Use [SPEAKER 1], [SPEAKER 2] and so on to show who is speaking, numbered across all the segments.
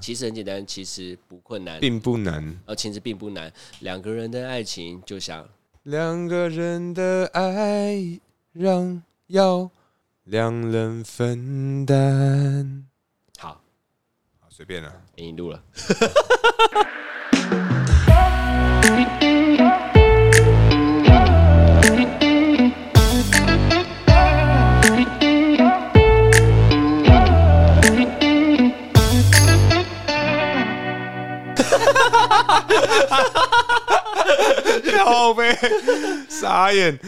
[SPEAKER 1] 其实很简单，其实不困难，
[SPEAKER 2] 并不难。
[SPEAKER 1] 而其实并不难。两个人的爱情就像
[SPEAKER 2] 两个人的爱让要两人分担。
[SPEAKER 1] 好，
[SPEAKER 2] 好，随便啊了。
[SPEAKER 1] 给你录了。
[SPEAKER 2] 靠呗，傻眼。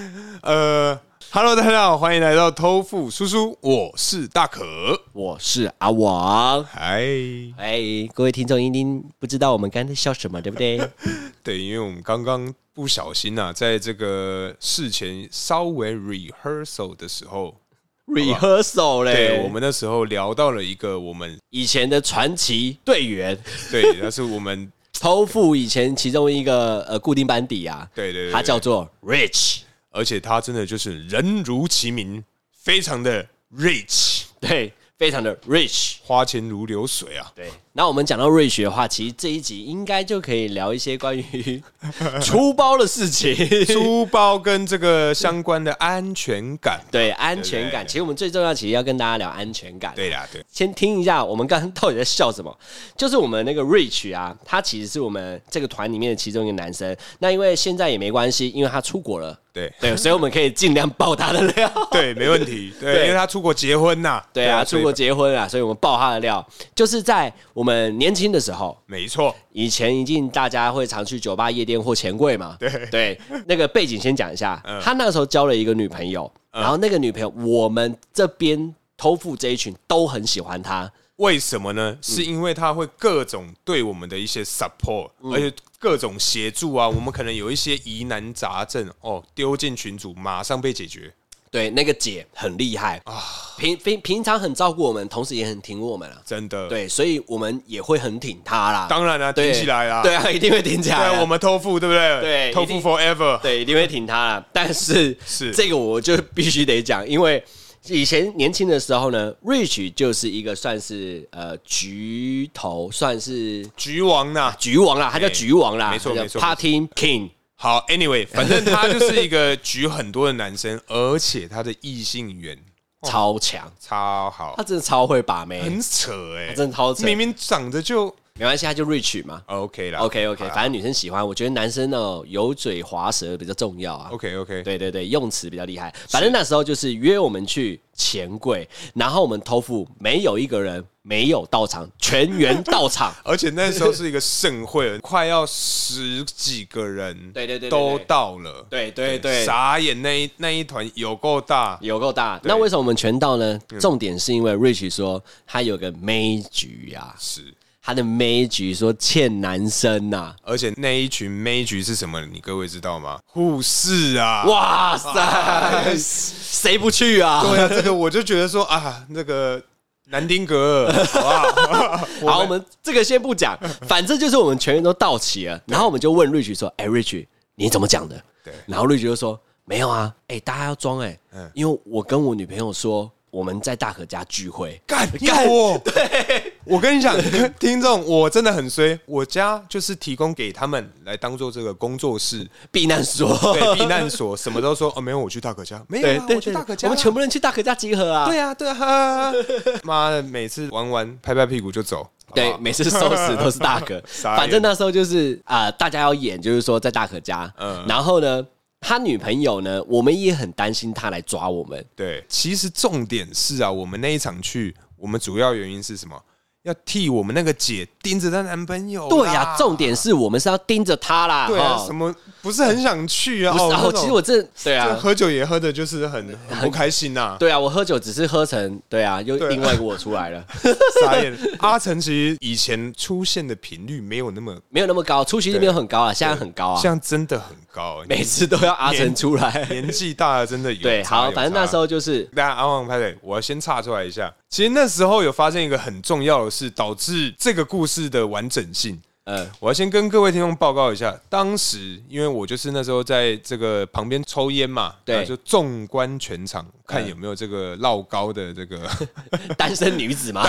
[SPEAKER 2] 呃，Hello，大家好，欢迎来到偷富叔叔，我是大可。
[SPEAKER 1] 我是阿王。
[SPEAKER 2] 嗨，
[SPEAKER 1] 哎，各位听众一定不知道我们刚才在笑什么，对不对？
[SPEAKER 2] 对，因为我们刚刚不小心啊，在这个事前稍微 rehearsal 的时候，
[SPEAKER 1] rehearsal 嘞，
[SPEAKER 2] 对我们那时候聊到了一个我们
[SPEAKER 1] 以前的传奇队员，
[SPEAKER 2] 对，那是我们
[SPEAKER 1] 偷富以前其中一个呃固定班底啊，
[SPEAKER 2] 对对对，
[SPEAKER 1] 他
[SPEAKER 2] 对
[SPEAKER 1] 叫做 Rich，
[SPEAKER 2] 而且他真的就是人如其名，非常的 rich，
[SPEAKER 1] 对，非常的 Rich。
[SPEAKER 2] 花钱如流水啊。
[SPEAKER 1] 对，那我们讲到 Rich 的话，其实这一集应该就可以聊一些关于 出包的事情。
[SPEAKER 2] 书包跟这个相关的安全感，
[SPEAKER 1] 对安全
[SPEAKER 2] 对对
[SPEAKER 1] 感，
[SPEAKER 2] 对
[SPEAKER 1] 其实我们最重要，其实要跟大家聊安全感。
[SPEAKER 2] 对啦，对，
[SPEAKER 1] 先听一下我们刚刚到底在笑什么。就是我们那个 Rich 啊，他其实是我们这个团里面的其中一个男生。那因为现在也没关系，因为他出国了，
[SPEAKER 2] 对
[SPEAKER 1] 对，所以我们可以尽量爆他的料。
[SPEAKER 2] 对，没问题。对，
[SPEAKER 1] 对
[SPEAKER 2] 因为他出国结婚呐，
[SPEAKER 1] 对啊，
[SPEAKER 2] 所
[SPEAKER 1] 出
[SPEAKER 2] 以
[SPEAKER 1] 国结婚啊，所以我们爆他的料，就是在我们年轻的时候，
[SPEAKER 2] 没错，
[SPEAKER 1] 以前一定大家会常去酒吧、夜店或钱柜嘛。对那个背景先讲一下，
[SPEAKER 2] 嗯
[SPEAKER 1] 他那个时候交了一个女朋友，然后那个女朋友我们这边偷富这一群都很喜欢他，
[SPEAKER 2] 为什么
[SPEAKER 1] 嗯
[SPEAKER 2] 呢？是因为他会各种对我们的一些 support，、而
[SPEAKER 1] 嗯
[SPEAKER 2] 且各种协助啊。我们可能有一些疑难杂症哦，丢进群组马上被解决。
[SPEAKER 1] 对，那个姐很厉害啊，平平平常很照顾我们，同时也很挺我们啊。
[SPEAKER 2] 真的，，
[SPEAKER 1] 对，所以我们也会很挺她啦。
[SPEAKER 2] 当然啦、
[SPEAKER 1] 对
[SPEAKER 2] 顶起来啦。
[SPEAKER 1] 对啊，一定会挺起来
[SPEAKER 2] 对
[SPEAKER 1] 啊。
[SPEAKER 2] 啊，我们偷富，对不对？
[SPEAKER 1] 对
[SPEAKER 2] 偷
[SPEAKER 1] 一
[SPEAKER 2] 富
[SPEAKER 1] 定
[SPEAKER 2] forever。
[SPEAKER 1] 对，一定会挺他啦。但是
[SPEAKER 2] 是
[SPEAKER 1] 这个我就必须得讲，因为以前年轻的时候呢，Rich 就是一个算是呃局头，算是
[SPEAKER 2] 局王呐、
[SPEAKER 1] 局王啦，他叫局王啦，
[SPEAKER 2] 哎没错
[SPEAKER 1] 他叫
[SPEAKER 2] 没错
[SPEAKER 1] Party King。
[SPEAKER 2] 好，anyway，反正他就是一个局很多的男生，而且他的异性缘
[SPEAKER 1] 超强，
[SPEAKER 2] 超好
[SPEAKER 1] 他，真的超会把妹，
[SPEAKER 2] 很扯哎、
[SPEAKER 1] 他真的超扯。
[SPEAKER 2] 明明长得就
[SPEAKER 1] 没关系，他就 Rich 嘛。
[SPEAKER 2] OK 啦
[SPEAKER 1] OK OK，反正女生喜欢，我觉得男生哦油嘴滑舌比较重要啊。
[SPEAKER 2] OK OK，
[SPEAKER 1] 对对对，用词比较厉害。反正那时候就是约我们去钱柜，然后我们偷付，没有一个人没有到场，全员到 场。
[SPEAKER 2] 而且那时候是一个盛会， 快要十几个人，
[SPEAKER 1] 对对对对对
[SPEAKER 2] 都到了，
[SPEAKER 1] 对对对
[SPEAKER 2] 傻眼那一那一团有够大，
[SPEAKER 1] 有够大，那为什么我们全到呢？重点是因为 Rich 说他有个妹局呀、啊，
[SPEAKER 2] 是，
[SPEAKER 1] 他的妹局说欠男生啊呐、
[SPEAKER 2] 而且那一群妹局是什么？你各位知道吗？护士啊，
[SPEAKER 1] 哇塞， 谁不去啊？
[SPEAKER 2] 对啊，这个我就觉得说啊，那个南丁格尔，好不好？
[SPEAKER 1] 好，我们这个先不讲， 反正就是我们全员都到齐了，然后我们就问 Rich 说：“哎、r i c h 你怎么讲的？”
[SPEAKER 2] 对嗯
[SPEAKER 1] 然后 Rich 就说：“没有啊，哎、大家要装哎、因为我跟我女朋友说我们在大可家聚会，
[SPEAKER 2] 干哦 干我！对，我跟你讲，听众，我真的很衰，我家就是提供给他们来当做这个工作室，
[SPEAKER 1] 避难所，
[SPEAKER 2] 对，避难所，什么都说哦，没有，我去大可家，没有啊，我去大可家
[SPEAKER 1] 我
[SPEAKER 2] 啦，
[SPEAKER 1] 们全部人去大可家集合啊。”
[SPEAKER 2] 对啊，对啊哈哈，哈妈的，每次玩完拍拍屁股就走，好
[SPEAKER 1] 对
[SPEAKER 2] 不，好
[SPEAKER 1] 每次收拾都是大可，
[SPEAKER 2] 啊 傻眼
[SPEAKER 1] 反正那时候就是啊、呃大家要演，就是说在大可家，
[SPEAKER 2] 嗯
[SPEAKER 1] 然后呢，他女朋友呢，我们也很担心他来抓我们，
[SPEAKER 2] 对，其实重点是啊，我们那一场去，我们主要原因是什么？要替我们那个姐盯着她男朋友啦。
[SPEAKER 1] 对呀、重点是我们是要盯着他啦，
[SPEAKER 2] 啊对啊，
[SPEAKER 1] 齁
[SPEAKER 2] 什么不是很想去啊？
[SPEAKER 1] 不是，然后
[SPEAKER 2] 那种
[SPEAKER 1] 其实我 这对
[SPEAKER 2] 这
[SPEAKER 1] 啊，
[SPEAKER 2] 喝酒也喝的就是很很不开心呐、
[SPEAKER 1] 对啊，我喝酒只是喝成对啊，又
[SPEAKER 2] 对啊
[SPEAKER 1] 另外一个我出来了，
[SPEAKER 2] 傻眼。阿成其实以前出现的频率没有那么，
[SPEAKER 1] 没有那么高，出席率没有很高啊，现在很高啊，
[SPEAKER 2] 像真的很高、
[SPEAKER 1] 每次都要阿成出 来。
[SPEAKER 2] 年纪大了真的 有
[SPEAKER 1] 对，
[SPEAKER 2] 差
[SPEAKER 1] 好，
[SPEAKER 2] 有
[SPEAKER 1] 反正那
[SPEAKER 2] 差
[SPEAKER 1] 时候就是
[SPEAKER 2] 大家阿旺派对，我要先岔出来一下。其实那时候有发现一个很重要的事，导致这个故事的完整性。
[SPEAKER 1] 嗯
[SPEAKER 2] 我要先跟各位听众报告一下，当时因为我就是那时候在这个旁边抽烟嘛，
[SPEAKER 1] 对嗯
[SPEAKER 2] 那就纵观全场，看有没有这个绕高的 这个
[SPEAKER 1] 单身女子嘛，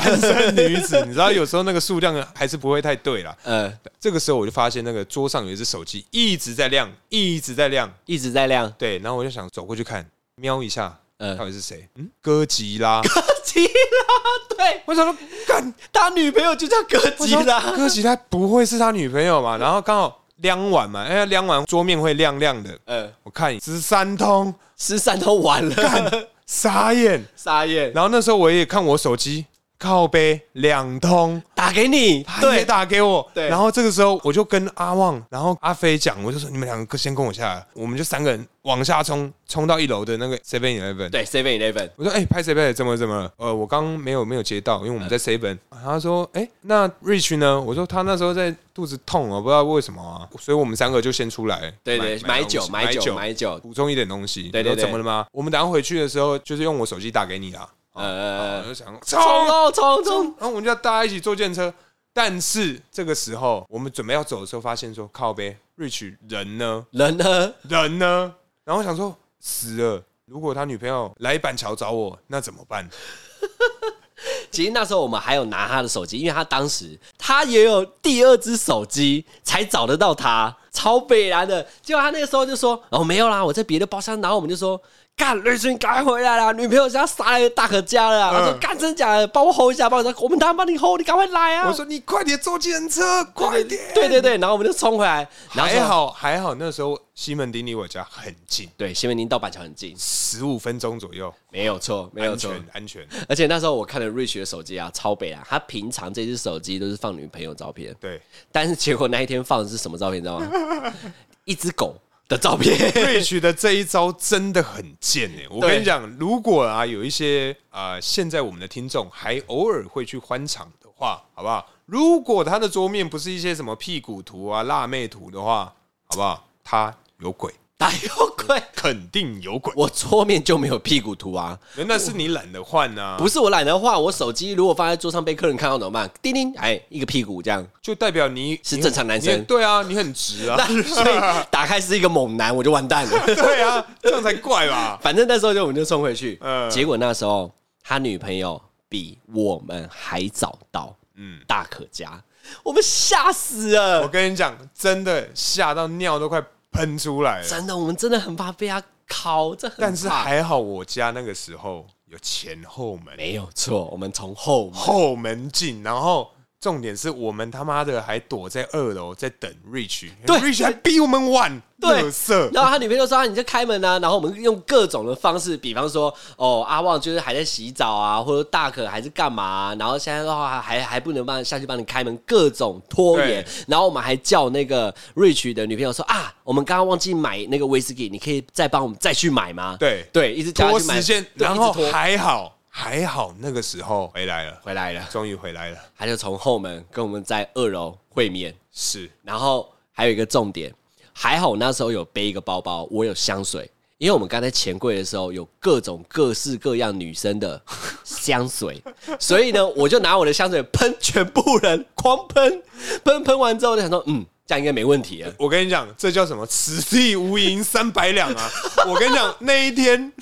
[SPEAKER 2] 女子，你知道有时候那个数量还是不会太对啦。
[SPEAKER 1] 呃，
[SPEAKER 2] 这个时候我就发现那个桌上有一只手机一直在亮，一直在亮，
[SPEAKER 1] 一直在 亮，
[SPEAKER 2] 对，然后我就想走过去看，瞄一下，
[SPEAKER 1] 嗯
[SPEAKER 2] 到底是谁？嗯，哥吉 拉。
[SPEAKER 1] 吉拉，对
[SPEAKER 2] 我想说，干，
[SPEAKER 1] 他女朋友就叫哥
[SPEAKER 2] 我
[SPEAKER 1] 吉
[SPEAKER 2] 想说
[SPEAKER 1] 拉，
[SPEAKER 2] 哥吉拉不会是他女朋友嘛？然后刚好亮完嘛，哎呀，亮完桌面会亮亮的。
[SPEAKER 1] 呃，
[SPEAKER 2] 我看十三通，
[SPEAKER 1] 十三都完了，
[SPEAKER 2] 傻眼。
[SPEAKER 1] 傻眼，
[SPEAKER 2] 然后那时候我也看我手机，靠背两通，
[SPEAKER 1] 打给你，
[SPEAKER 2] 他也
[SPEAKER 1] 对，
[SPEAKER 2] 打给我。
[SPEAKER 1] 对
[SPEAKER 2] 然后这个时候我就跟阿旺，然后阿飞讲，我就说你们两个先跟我下来，我们就三个人往下冲，冲到一楼的那个 Seven Eleven。
[SPEAKER 1] 对，seven eleven，
[SPEAKER 2] 我说：“哎、拍谁拍谁，怎么怎么了？呃，我刚没有没有接到，因为我们在 seven。他说：“哎、那 Rich 呢？”我说：“他那时候在肚子痛啊，不知道为什么啊，所以我们三个就先出来，
[SPEAKER 1] 对对，买
[SPEAKER 2] 东
[SPEAKER 1] 酒
[SPEAKER 2] 西
[SPEAKER 1] 买酒买酒，
[SPEAKER 2] 补充一点东西。
[SPEAKER 1] 对对
[SPEAKER 2] 我说
[SPEAKER 1] 对
[SPEAKER 2] 怎么了吗？我们等下回去的时候，就是用我手机打给你啦。哦我
[SPEAKER 1] 呃，
[SPEAKER 2] 就想
[SPEAKER 1] 冲
[SPEAKER 2] 冲，
[SPEAKER 1] 哦冲
[SPEAKER 2] 冲
[SPEAKER 1] 冲，
[SPEAKER 2] 然后我们就大家一起坐电车。但是这个时候，我们准备要走的时候，发现说靠呗，Rich 人呢？
[SPEAKER 1] 人呢？
[SPEAKER 2] 人呢？然后我想说死了，如果他女朋友来板桥找我，那怎么办？”
[SPEAKER 1] 其实那时候我们还有拿他的手机，因为他当时他也有第二只手机才找得到他，超北然的。结果他那个时候就说：“哦，没有啦，我在别的包厢。”然后我们就说：“干，瑞勋赶快回来啦，女朋友想要杀了大可家了啦。啊
[SPEAKER 2] 嗯
[SPEAKER 1] 他说：“干，真假的？帮我 hold 一下，帮我 hold，我们当然帮你 hold，你赶快来啊！”
[SPEAKER 2] 我说你快点坐计程车，快点！
[SPEAKER 1] 对对对，然后我们就冲回来，然后说
[SPEAKER 2] 还好还好，那时候西门町离我家很近，
[SPEAKER 1] 对，西门町到板桥很近，
[SPEAKER 2] 十五分钟左右，
[SPEAKER 1] 没有错，没有
[SPEAKER 2] 安
[SPEAKER 1] 错。
[SPEAKER 2] 全安全。
[SPEAKER 1] 而且那时候我看了瑞雪的手机啊，超北啊，他平常这只手机都是放女朋友照片，
[SPEAKER 2] 对
[SPEAKER 1] 但是结果那一天放的是什么照片，你知道吗？ 一只狗的照片。
[SPEAKER 2] ，Rich 的这一招真的很贱哎！我
[SPEAKER 1] 对
[SPEAKER 2] 跟你讲，如果啊有一些啊、呃现在我们的听众还偶尔会去欢场的话，好不好？如果他的桌面不是一些什么屁股图啊、辣妹图的话，好不好？他有鬼，
[SPEAKER 1] 打有鬼！
[SPEAKER 2] 肯定有鬼。
[SPEAKER 1] 我桌面就没有屁股图啊，
[SPEAKER 2] 那是你懒得换啊，
[SPEAKER 1] 不是我懒得画，我手机如果放在桌上被客人看到怎么办？叮叮，哎，一个屁股这样。
[SPEAKER 2] 就代表你
[SPEAKER 1] 是
[SPEAKER 2] 你
[SPEAKER 1] 正常男生
[SPEAKER 2] 你对啊，你很直啊
[SPEAKER 1] 那。所以打开是一个猛男，我就完蛋了。
[SPEAKER 2] 对啊，这样才怪吧？
[SPEAKER 1] 反正那时候就我们就冲回去，
[SPEAKER 2] 嗯
[SPEAKER 1] 结果那时候他女朋友比我们还早到，
[SPEAKER 2] 嗯，
[SPEAKER 1] 大可家，我们吓死
[SPEAKER 2] 我
[SPEAKER 1] 了，
[SPEAKER 2] 跟你讲，真的吓到尿都快喷出来了。
[SPEAKER 1] 真的，我们真的很怕被他敲，这很怕
[SPEAKER 2] 但是还好，我家那个时候有前后门，
[SPEAKER 1] 没有错，我们从后门
[SPEAKER 2] 后门进，然后重点是我们他妈的还躲在二楼在等 Rich，
[SPEAKER 1] 对
[SPEAKER 2] Rich 还逼我们晚，
[SPEAKER 1] 对
[SPEAKER 2] 乐 色。
[SPEAKER 1] 然后他女朋友就说、啊：“你就开门啊！”然后我们用各种的方式，比方说，哦，阿旺就是还在洗澡啊，或者大可还是干嘛啊、然后现在的话还还不能帮下去帮你开门，各种拖延
[SPEAKER 2] 对。
[SPEAKER 1] 然后我们还叫那个 Rich 的女朋友说：“啊，我们刚刚忘记买那个威士忌，你可以再帮我们再去买吗？”
[SPEAKER 2] 对
[SPEAKER 1] 对，一直叫他
[SPEAKER 2] 拖
[SPEAKER 1] 去买
[SPEAKER 2] 时间，
[SPEAKER 1] 对
[SPEAKER 2] 然
[SPEAKER 1] 一
[SPEAKER 2] 后
[SPEAKER 1] 直拖
[SPEAKER 2] 还好还好，那个时候回来了，
[SPEAKER 1] 回来了，
[SPEAKER 2] 终于回来了，
[SPEAKER 1] 他就从后门跟我们在二楼会面。
[SPEAKER 2] 是
[SPEAKER 1] 然后还有一个重点，还好我那时候有背一个包包，我有香水，因为我们刚才钱柜的时候有各种各式各样女生的香水，所以呢，我就拿我的香水喷全部人，狂喷，喷喷完之后就想说，嗯，这样应该没问题了。
[SPEAKER 2] 我跟你讲，这叫什么？此地无银三百两啊！我跟你讲，那一天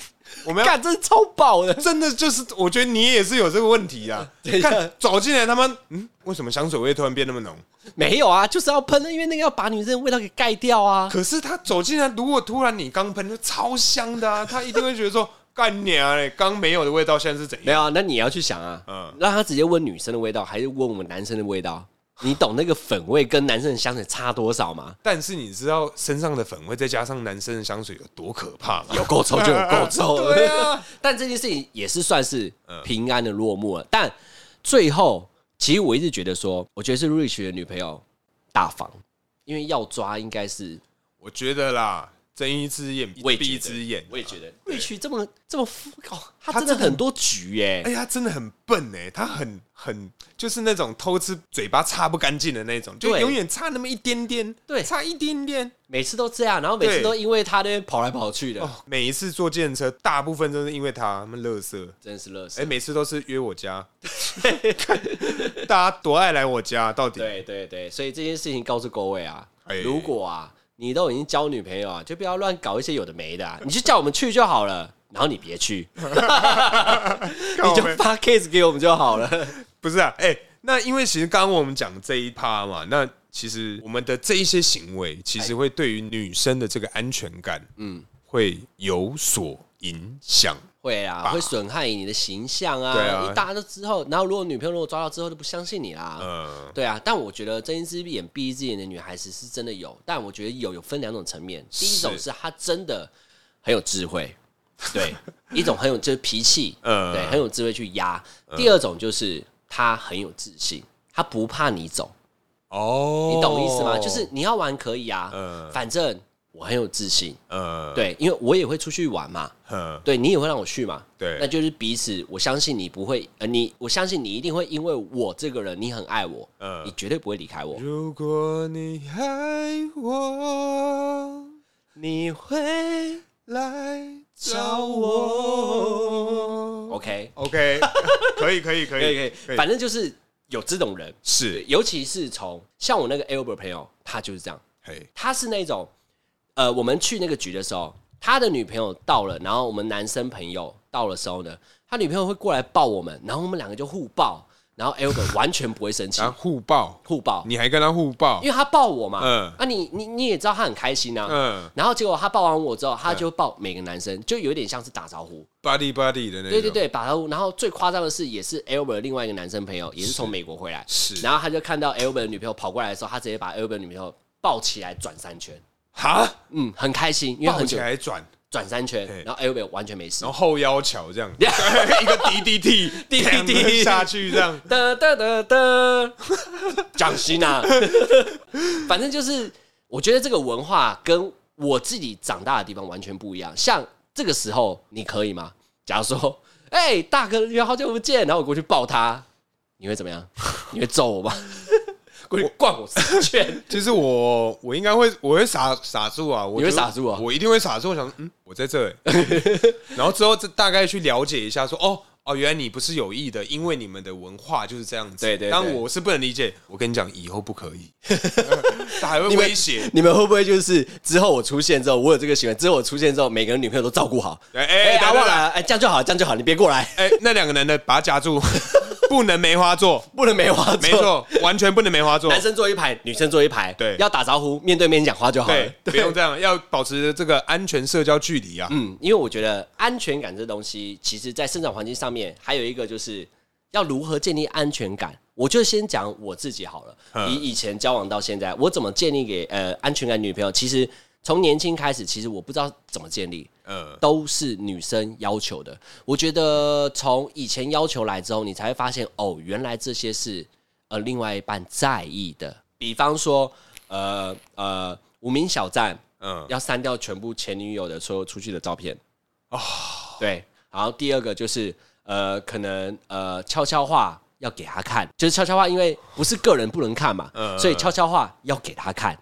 [SPEAKER 2] 我们要
[SPEAKER 1] 干，这是超爆的！
[SPEAKER 2] 真的就是，我觉得你也是有这个问题啊
[SPEAKER 1] 对。
[SPEAKER 2] 看走进来，他们嗯，为什么香水味突然变那么浓？
[SPEAKER 1] 没有啊，就是要喷的，因为那个要把女生的味道给盖掉啊。
[SPEAKER 2] 可是他走进来，如果突然你刚喷，就超香的啊，他一定会觉得说干娘嘞，刚没有的味道现在是怎
[SPEAKER 1] 没
[SPEAKER 2] 样？
[SPEAKER 1] 有啊，那你要去想啊，
[SPEAKER 2] 嗯
[SPEAKER 1] 让他直接问女生的味道，还是问我们男生的味道？你懂那个粉味跟男生的香水差多少吗？
[SPEAKER 2] 但是你知道身上的粉味再加上男生的香水有多可怕吗？。
[SPEAKER 1] 有够臭 就有够嗯臭
[SPEAKER 2] 对啊，
[SPEAKER 1] 但这件事情也是算是平安的落幕了。但最后，其实我一直觉得说，我觉得是 Rich 的女朋友大方，因为要抓应该是
[SPEAKER 2] 我觉得啦，睁一只眼
[SPEAKER 1] 我也觉得
[SPEAKER 2] 闭一只眼，啊
[SPEAKER 1] 我也觉得
[SPEAKER 2] 对
[SPEAKER 1] 瑞奇这么这么富哦，他
[SPEAKER 2] 他
[SPEAKER 1] 真的
[SPEAKER 2] 真的
[SPEAKER 1] 很多局耶、
[SPEAKER 2] 哎呀，真的很笨哎、他很很就是那种偷吃嘴巴擦不干净的那种，就
[SPEAKER 1] 对
[SPEAKER 2] 永远差那么一点点，
[SPEAKER 1] 对
[SPEAKER 2] 差一点点。
[SPEAKER 1] 每次都这样，然后每次
[SPEAKER 2] 对
[SPEAKER 1] 都因为他那边跑来跑去的，
[SPEAKER 2] 哦，每一次坐电车，大部分都是因为他，他们乐色。
[SPEAKER 1] 真是乐死。
[SPEAKER 2] 哎、每次都是约我家， 大家多爱来我家，到底
[SPEAKER 1] 对对对，所以这件事情告诉各位啊，
[SPEAKER 2] 哎
[SPEAKER 1] 如果啊你都已经交女朋友啊，就不要乱搞一些有的没的、啊，你就叫我们去就好了。然后你别去，你
[SPEAKER 2] 靠
[SPEAKER 1] 就
[SPEAKER 2] 北
[SPEAKER 1] 发 case 给我们就好了。
[SPEAKER 2] 不是啊？哎、那因为其实刚刚我们讲这一趴嘛，那其实我们的这一些行为，其实会对于女生的这个安全感，嗯，会有所影响。
[SPEAKER 1] 会啊，
[SPEAKER 2] 吧
[SPEAKER 1] 会损害你的形象
[SPEAKER 2] 对
[SPEAKER 1] 啊！
[SPEAKER 2] 啊
[SPEAKER 1] 一大家都之后，然后如果女朋友如果抓到之后就不相信你啦。
[SPEAKER 2] 呃，
[SPEAKER 1] 对啊，但我觉得睁一只眼闭一只眼的女孩子是真的有，但我觉得有有分两种层面，第一种是她真的很有智 慧，对，一种很有就是脾气，
[SPEAKER 2] 嗯
[SPEAKER 1] 对，很有智慧去压；第二种就是她很有自信，她不怕你走，
[SPEAKER 2] 哦，
[SPEAKER 1] 你懂我意思吗？就是你要玩可以啊，
[SPEAKER 2] 嗯
[SPEAKER 1] 反正我很有自信，
[SPEAKER 2] 呃，
[SPEAKER 1] 对，因为我也会出去玩嘛，
[SPEAKER 2] 嗯，
[SPEAKER 1] 对你也会让我去嘛，那
[SPEAKER 2] 对，
[SPEAKER 1] 就是彼此，我相信你不会，呃，你我相信你一定会因为我这个人，你很爱我，
[SPEAKER 2] 嗯
[SPEAKER 1] 你绝对不会离开我。
[SPEAKER 2] 如果你爱我，
[SPEAKER 1] 你会
[SPEAKER 2] 来
[SPEAKER 1] 找我。OK，
[SPEAKER 2] OK，可 以可以可
[SPEAKER 1] 可以
[SPEAKER 2] 以
[SPEAKER 1] 可以，反正就是有这种人，
[SPEAKER 2] 是，
[SPEAKER 1] 尤其是从像我那个 Albert 朋友，他就是这样，
[SPEAKER 2] 嘿，
[SPEAKER 1] 他是那种，呃，我们去那个局的时候，他的女朋友到了，然后我们男生朋友到了时候呢，他女朋友会过来抱我们，然后我们两个就互抱，然后 Albert 完全不会生气
[SPEAKER 2] 然，后互抱，
[SPEAKER 1] 互抱。
[SPEAKER 2] 你还跟他互抱
[SPEAKER 1] 因，为他抱我嘛，
[SPEAKER 2] 嗯
[SPEAKER 1] 啊你，你你也知道他很开心啊，
[SPEAKER 2] 嗯
[SPEAKER 1] 然后结果他抱完我之后，他就抱每个男生，就有点像是打招呼，
[SPEAKER 2] ，buddy buddy 的那种，
[SPEAKER 1] 对对，对，打招呼。然后最夸张的是，也是 Albert 另外一个男生朋友，也是从美国回来，
[SPEAKER 2] 是
[SPEAKER 1] 然后他就看到 Albert 的女朋友跑过来的时候，他直接把 Albert 的女朋友抱起来转三圈，
[SPEAKER 2] 哈，
[SPEAKER 1] 嗯，很开心，因为
[SPEAKER 2] 抱
[SPEAKER 1] 很
[SPEAKER 2] 起
[SPEAKER 1] 久
[SPEAKER 2] 来转，
[SPEAKER 1] 转三圈
[SPEAKER 2] 对，
[SPEAKER 1] 然后 Albert 完全没事
[SPEAKER 2] 然后。后腰 桥这样，一个 DDT，
[SPEAKER 1] DDT
[SPEAKER 2] 下去这样，
[SPEAKER 1] 哒哒哒哒， 掌心 啊！反正就是，我觉得这个文化跟我自己长大的地方完全不一样。像这个时候，你可以吗？假如说，哎、大哥，你好久不见，然后我过去抱他，你会怎么 样？你会揍我 吗？过去灌我三拳，
[SPEAKER 2] 其实我我应该会我会傻傻住啊，我
[SPEAKER 1] 你会
[SPEAKER 2] 就
[SPEAKER 1] 傻住啊
[SPEAKER 2] 我一定会傻住。我想，嗯，我在 这欸，然后之后这大概去了解一下说哦哦，原来你不是有意的，因为你们的文化就是这样子。
[SPEAKER 1] 对对对
[SPEAKER 2] 但我是不能理解。我跟你讲，以后不 可以，他还会
[SPEAKER 1] 你们
[SPEAKER 2] 威胁。
[SPEAKER 1] 你们会不会就是之后我出现之后，我有这个行为，之后我出现之后，每个人女朋友都照顾好？
[SPEAKER 2] 哎
[SPEAKER 1] 哎、
[SPEAKER 2] 哎，
[SPEAKER 1] 阿
[SPEAKER 2] 打
[SPEAKER 1] 旺
[SPEAKER 2] 过来！
[SPEAKER 1] 啊，哎，这样就好，这样就好，你别过来，
[SPEAKER 2] 哎，那两个男的把他 夹住，不能梅花座，
[SPEAKER 1] 不能梅花
[SPEAKER 2] 没
[SPEAKER 1] 座。
[SPEAKER 2] 错，完全不能梅花座
[SPEAKER 1] 男。生坐一排，女生坐一排，
[SPEAKER 2] 对
[SPEAKER 1] 要打招呼，面对面讲话就好了
[SPEAKER 2] 对。，不用这样，要保持这个安全社交距离啊。
[SPEAKER 1] 嗯，因为我觉得安全感这东西，其实在生长环境上面，还有一个就是要如何建立安全感。我就先讲我自己好了，以以前交往到现在，我怎么建立给呃安全感女朋友？其实从年轻开始，其实我不知道怎么建立，
[SPEAKER 2] 嗯，
[SPEAKER 1] 都是女生要求的。我觉得从以前要求来之后，你才会发现哦，原来这些是呃另外一半在意的。比方说，呃呃，无名小站，
[SPEAKER 2] 嗯
[SPEAKER 1] 嗯，要删掉全部前女友的所有出去的照片。哦，对。然后第二个就是呃，可能呃悄悄话要给他看，就是悄悄话，因为不是个人不能看嘛，
[SPEAKER 2] 嗯
[SPEAKER 1] 所以悄悄话要给他看。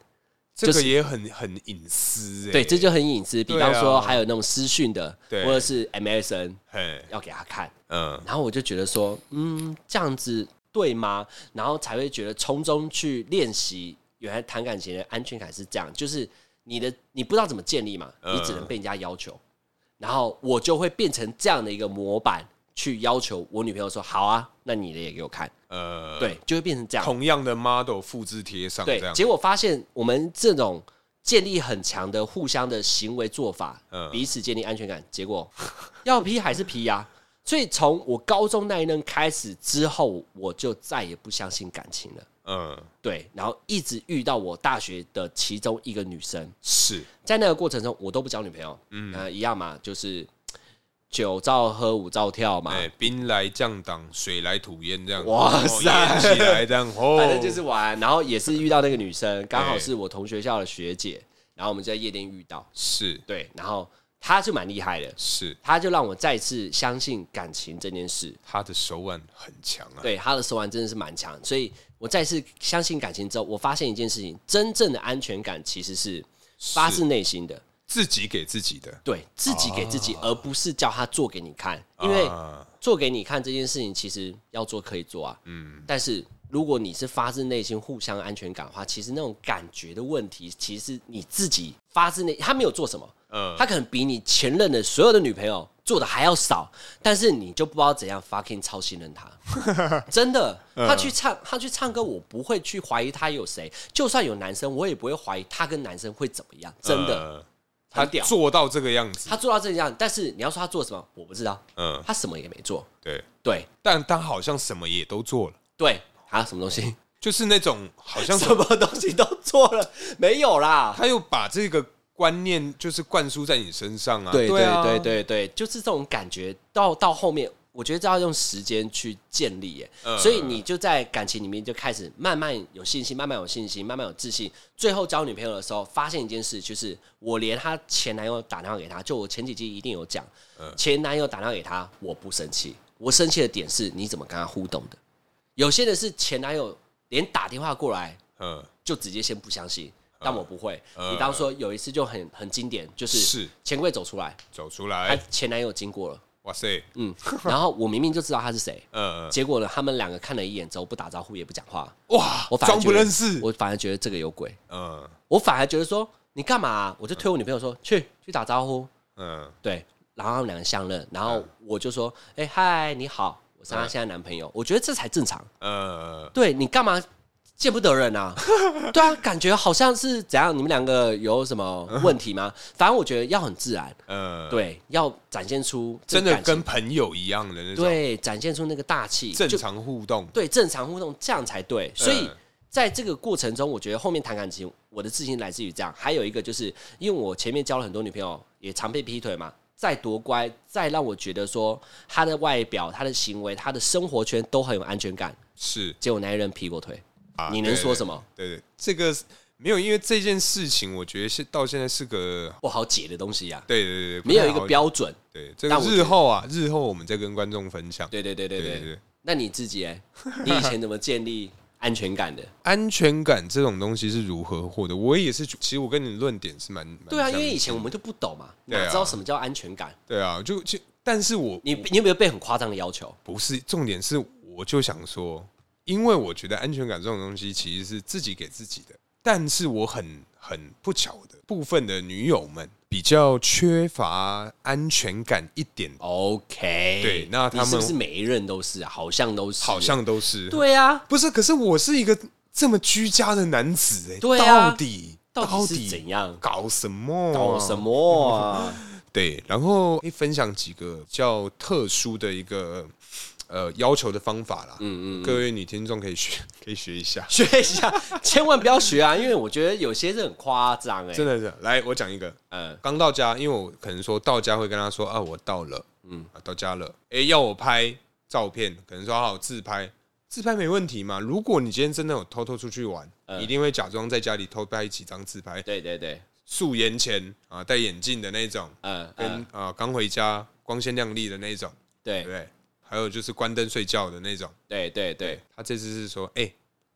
[SPEAKER 2] 这
[SPEAKER 1] 就
[SPEAKER 2] 个也很很隐私。哎
[SPEAKER 1] 对，这就很隐私。比
[SPEAKER 2] 对啊
[SPEAKER 1] 方说，还有那种私讯的，
[SPEAKER 2] 对
[SPEAKER 1] 或者是 MSN
[SPEAKER 2] 嘿，
[SPEAKER 1] 要给他看。
[SPEAKER 2] 嗯。
[SPEAKER 1] 然后我就觉得说，嗯，这样子对吗？然后才会觉得从中去练习，原来谈感情的安全感是这样，就是你的你不知道怎么建立嘛，
[SPEAKER 2] 嗯
[SPEAKER 1] 你只能被人家要求，然后我就会变成这样的一个模板去要求我女朋友说，好啊，那你的也给我看，
[SPEAKER 2] 呃，
[SPEAKER 1] 对，就会变成这样，
[SPEAKER 2] 同样的 model 复制贴上，
[SPEAKER 1] 对
[SPEAKER 2] 这。样
[SPEAKER 1] 结果发现我们这种。建立很强的互相的行为做法，
[SPEAKER 2] 嗯
[SPEAKER 1] 彼此建立安全感，结果 要 P 还是 P 呀、所以从我高中那一任开始之后，我就再也不相信感情了。
[SPEAKER 2] 嗯，
[SPEAKER 1] 对，然后一直遇到我大学的其中一个女生，
[SPEAKER 2] 是
[SPEAKER 1] 在那个过程中，我都不交女朋友，嗯，呃，一样嘛，就是酒照喝，舞照跳嘛，
[SPEAKER 2] 哎，兵来将挡，水来土掩，这样
[SPEAKER 1] 哇塞
[SPEAKER 2] 哦演起 来这样哦，哎
[SPEAKER 1] 反正就是玩。然后也是遇到那个女生，刚好是我同学校的学姐，然后我们就在夜店遇到，
[SPEAKER 2] 是
[SPEAKER 1] 对，然后他是蛮厉害的，
[SPEAKER 2] 是，
[SPEAKER 1] 他就让我再次相信感情这件事。
[SPEAKER 2] 他的手腕很强啊。
[SPEAKER 1] 对他的手腕真的是蛮强，所以我再次相信感情之后，我发现一件事情：真正的安全感其实是发自内心的，
[SPEAKER 2] 自己给自己的，
[SPEAKER 1] 对自己给自己，而不是叫他做给你看。因为
[SPEAKER 2] 啊
[SPEAKER 1] 做给你看这件事情，其实要做可以做啊，嗯。但是如果你是发自内心互相安全感的话，其实那种感觉的问题，其实你自己发自内，他没有做什么，
[SPEAKER 2] 嗯，
[SPEAKER 1] 他可能比你前任的所有的女朋友做的还要少，但是你就不知道怎样 fucking 超信任他，真的，他去唱他去唱歌，我不会去怀疑他有谁，就算有男生，我也不会怀疑他跟男生会怎么样，真的，
[SPEAKER 2] 呃，他
[SPEAKER 1] 很屌
[SPEAKER 2] 做到这个样子，
[SPEAKER 1] 他做到这样，但是你要说他做什么，我不知道，
[SPEAKER 2] 嗯，
[SPEAKER 1] 他什么也没做，
[SPEAKER 2] 对，
[SPEAKER 1] 对
[SPEAKER 2] 但他好像什么也都做了，
[SPEAKER 1] 对，还有什么东 西，
[SPEAKER 2] 就是那种好像
[SPEAKER 1] 什么东西都做了，没有啦。
[SPEAKER 2] 他又把这个观念就是灌输在你身上啊，
[SPEAKER 1] 对对
[SPEAKER 2] 啊
[SPEAKER 1] 对，对对，就是这种感觉。到到后面，我觉得这要用时间去建立耶。
[SPEAKER 2] 嗯
[SPEAKER 1] 所以你就在感情里面就开始慢慢有信心，慢慢有信心，慢慢有自信。最后交女朋友的时候，发现一件事，就是我连她前男友打电话给她，就我前几集一定有讲，前男友打电话给她，我不生气。我生气的点是你怎么跟她互动的。有些人是前男友连打电话过来
[SPEAKER 2] 嗯，
[SPEAKER 1] 就直接先不相信，但我不会。
[SPEAKER 2] 嗯
[SPEAKER 1] 你当说有一次就很很经典，就是
[SPEAKER 2] 是哎
[SPEAKER 1] 钱柜走出来，
[SPEAKER 2] 走出
[SPEAKER 1] 她
[SPEAKER 2] 来，
[SPEAKER 1] 前男友经过了，
[SPEAKER 2] 哇塞，
[SPEAKER 1] 嗯， 然后我明明就知道他是谁，
[SPEAKER 2] 嗯，嗯
[SPEAKER 1] 结果呢，他们两个看了一眼之后不打招呼也不讲话，
[SPEAKER 2] 哇
[SPEAKER 1] 我，反而
[SPEAKER 2] 装
[SPEAKER 1] 觉
[SPEAKER 2] 不
[SPEAKER 1] 得
[SPEAKER 2] 认识，
[SPEAKER 1] 我反而觉得这个有鬼，
[SPEAKER 2] 嗯
[SPEAKER 1] 我反而觉得说你干嘛啊、我就推我女朋友说去去打招呼，
[SPEAKER 2] 嗯，
[SPEAKER 1] 对，然后他们两个相认，然后我就说，哎、嗨，你好，我是
[SPEAKER 2] 嗯
[SPEAKER 1] 她现在男朋友，我觉得这才正常，
[SPEAKER 2] 呃，
[SPEAKER 1] 对你干嘛？见不得人 啊，对啊，感觉好像是怎样？你们两个有什么
[SPEAKER 2] 嗯
[SPEAKER 1] 问题吗？反正我觉得要很自然，
[SPEAKER 2] 呃，
[SPEAKER 1] 对，要展现出这
[SPEAKER 2] 真
[SPEAKER 1] 个
[SPEAKER 2] 的
[SPEAKER 1] 感情
[SPEAKER 2] 跟朋友一样的那种
[SPEAKER 1] 对，展现出那个大气，
[SPEAKER 2] 正
[SPEAKER 1] 就
[SPEAKER 2] 常嗯互动，
[SPEAKER 1] 对正常互动，这样才对。所以在这个过程中，我觉得后面谈感情，我的自信来自于这样。还有一个就是，因为我前面交了很多女朋友，也常被劈腿嘛。再多乖，再让我觉得说她的外表、她的行为、她的生活圈都很有安全感，
[SPEAKER 2] 是
[SPEAKER 1] 结果那一任劈过腿，
[SPEAKER 2] 啊
[SPEAKER 1] 你能说什么？
[SPEAKER 2] 对对，对这个是没有，因为这件事情，我觉得是到现在是个，
[SPEAKER 1] 不好解的东西呀、
[SPEAKER 2] 对对对，不
[SPEAKER 1] 没有一
[SPEAKER 2] 太
[SPEAKER 1] 个
[SPEAKER 2] 好，
[SPEAKER 1] 标准。
[SPEAKER 2] 对这个
[SPEAKER 1] 但我觉得
[SPEAKER 2] 日后啊，日后我们再跟观众分享。
[SPEAKER 1] 对对对对
[SPEAKER 2] 对
[SPEAKER 1] 对。
[SPEAKER 2] 对对，
[SPEAKER 1] 那你自己、 欸，你以前怎么建立安全感的？
[SPEAKER 2] 安全感这种东西是如何获得？我也是，其实我跟你论点是蛮蛮
[SPEAKER 1] 对啊，因
[SPEAKER 2] 相
[SPEAKER 1] 为以
[SPEAKER 2] 近
[SPEAKER 1] 前我们就不懂嘛，
[SPEAKER 2] 对啊
[SPEAKER 1] 哪知道什么叫安全感？
[SPEAKER 2] 对啊，就就，但是我
[SPEAKER 1] 你你有没有被很夸张的要求？
[SPEAKER 2] 不是重点是，我就想说，因为我觉得安全感这种东西其实是自己给自己的，但是我很很不巧的，部分的女友们比较缺乏安全感一点，
[SPEAKER 1] OK，
[SPEAKER 2] 对那他们
[SPEAKER 1] 你是不是每一任都是啊？好像都是，
[SPEAKER 2] 好像都是
[SPEAKER 1] 对啊，
[SPEAKER 2] 不是？可是我是一个这么居家的男子、哎，
[SPEAKER 1] 对啊
[SPEAKER 2] 到底
[SPEAKER 1] 到底是怎样？
[SPEAKER 2] 搞什么？
[SPEAKER 1] 搞什？么啊？
[SPEAKER 2] 对，然后可以分享几个比较特殊的一个呃要求的方法啦。嗯嗯各位女听众可以学， 可以学一下。
[SPEAKER 1] 学一下，千万不要学啊！因为我觉得有些是很夸张哎，
[SPEAKER 2] 真的是，来我讲一个，
[SPEAKER 1] 嗯，
[SPEAKER 2] 刚到家，因为我可能说到家会跟他说啊，我到了，嗯，啊、到家了，哎、要我拍照片，可能说啊好自拍，自拍没问题嘛。如果你今天真的有偷偷出去玩，一定会假装在家里偷拍几张自拍，
[SPEAKER 1] 对对对，
[SPEAKER 2] 素颜前啊，戴眼镜的那种，
[SPEAKER 1] 嗯嗯，
[SPEAKER 2] 跟啊刚回家光鲜亮丽的那种，对不
[SPEAKER 1] 对
[SPEAKER 2] 对？还有就是关灯睡觉的那种。
[SPEAKER 1] 对对对，
[SPEAKER 2] 他这次是说，哎、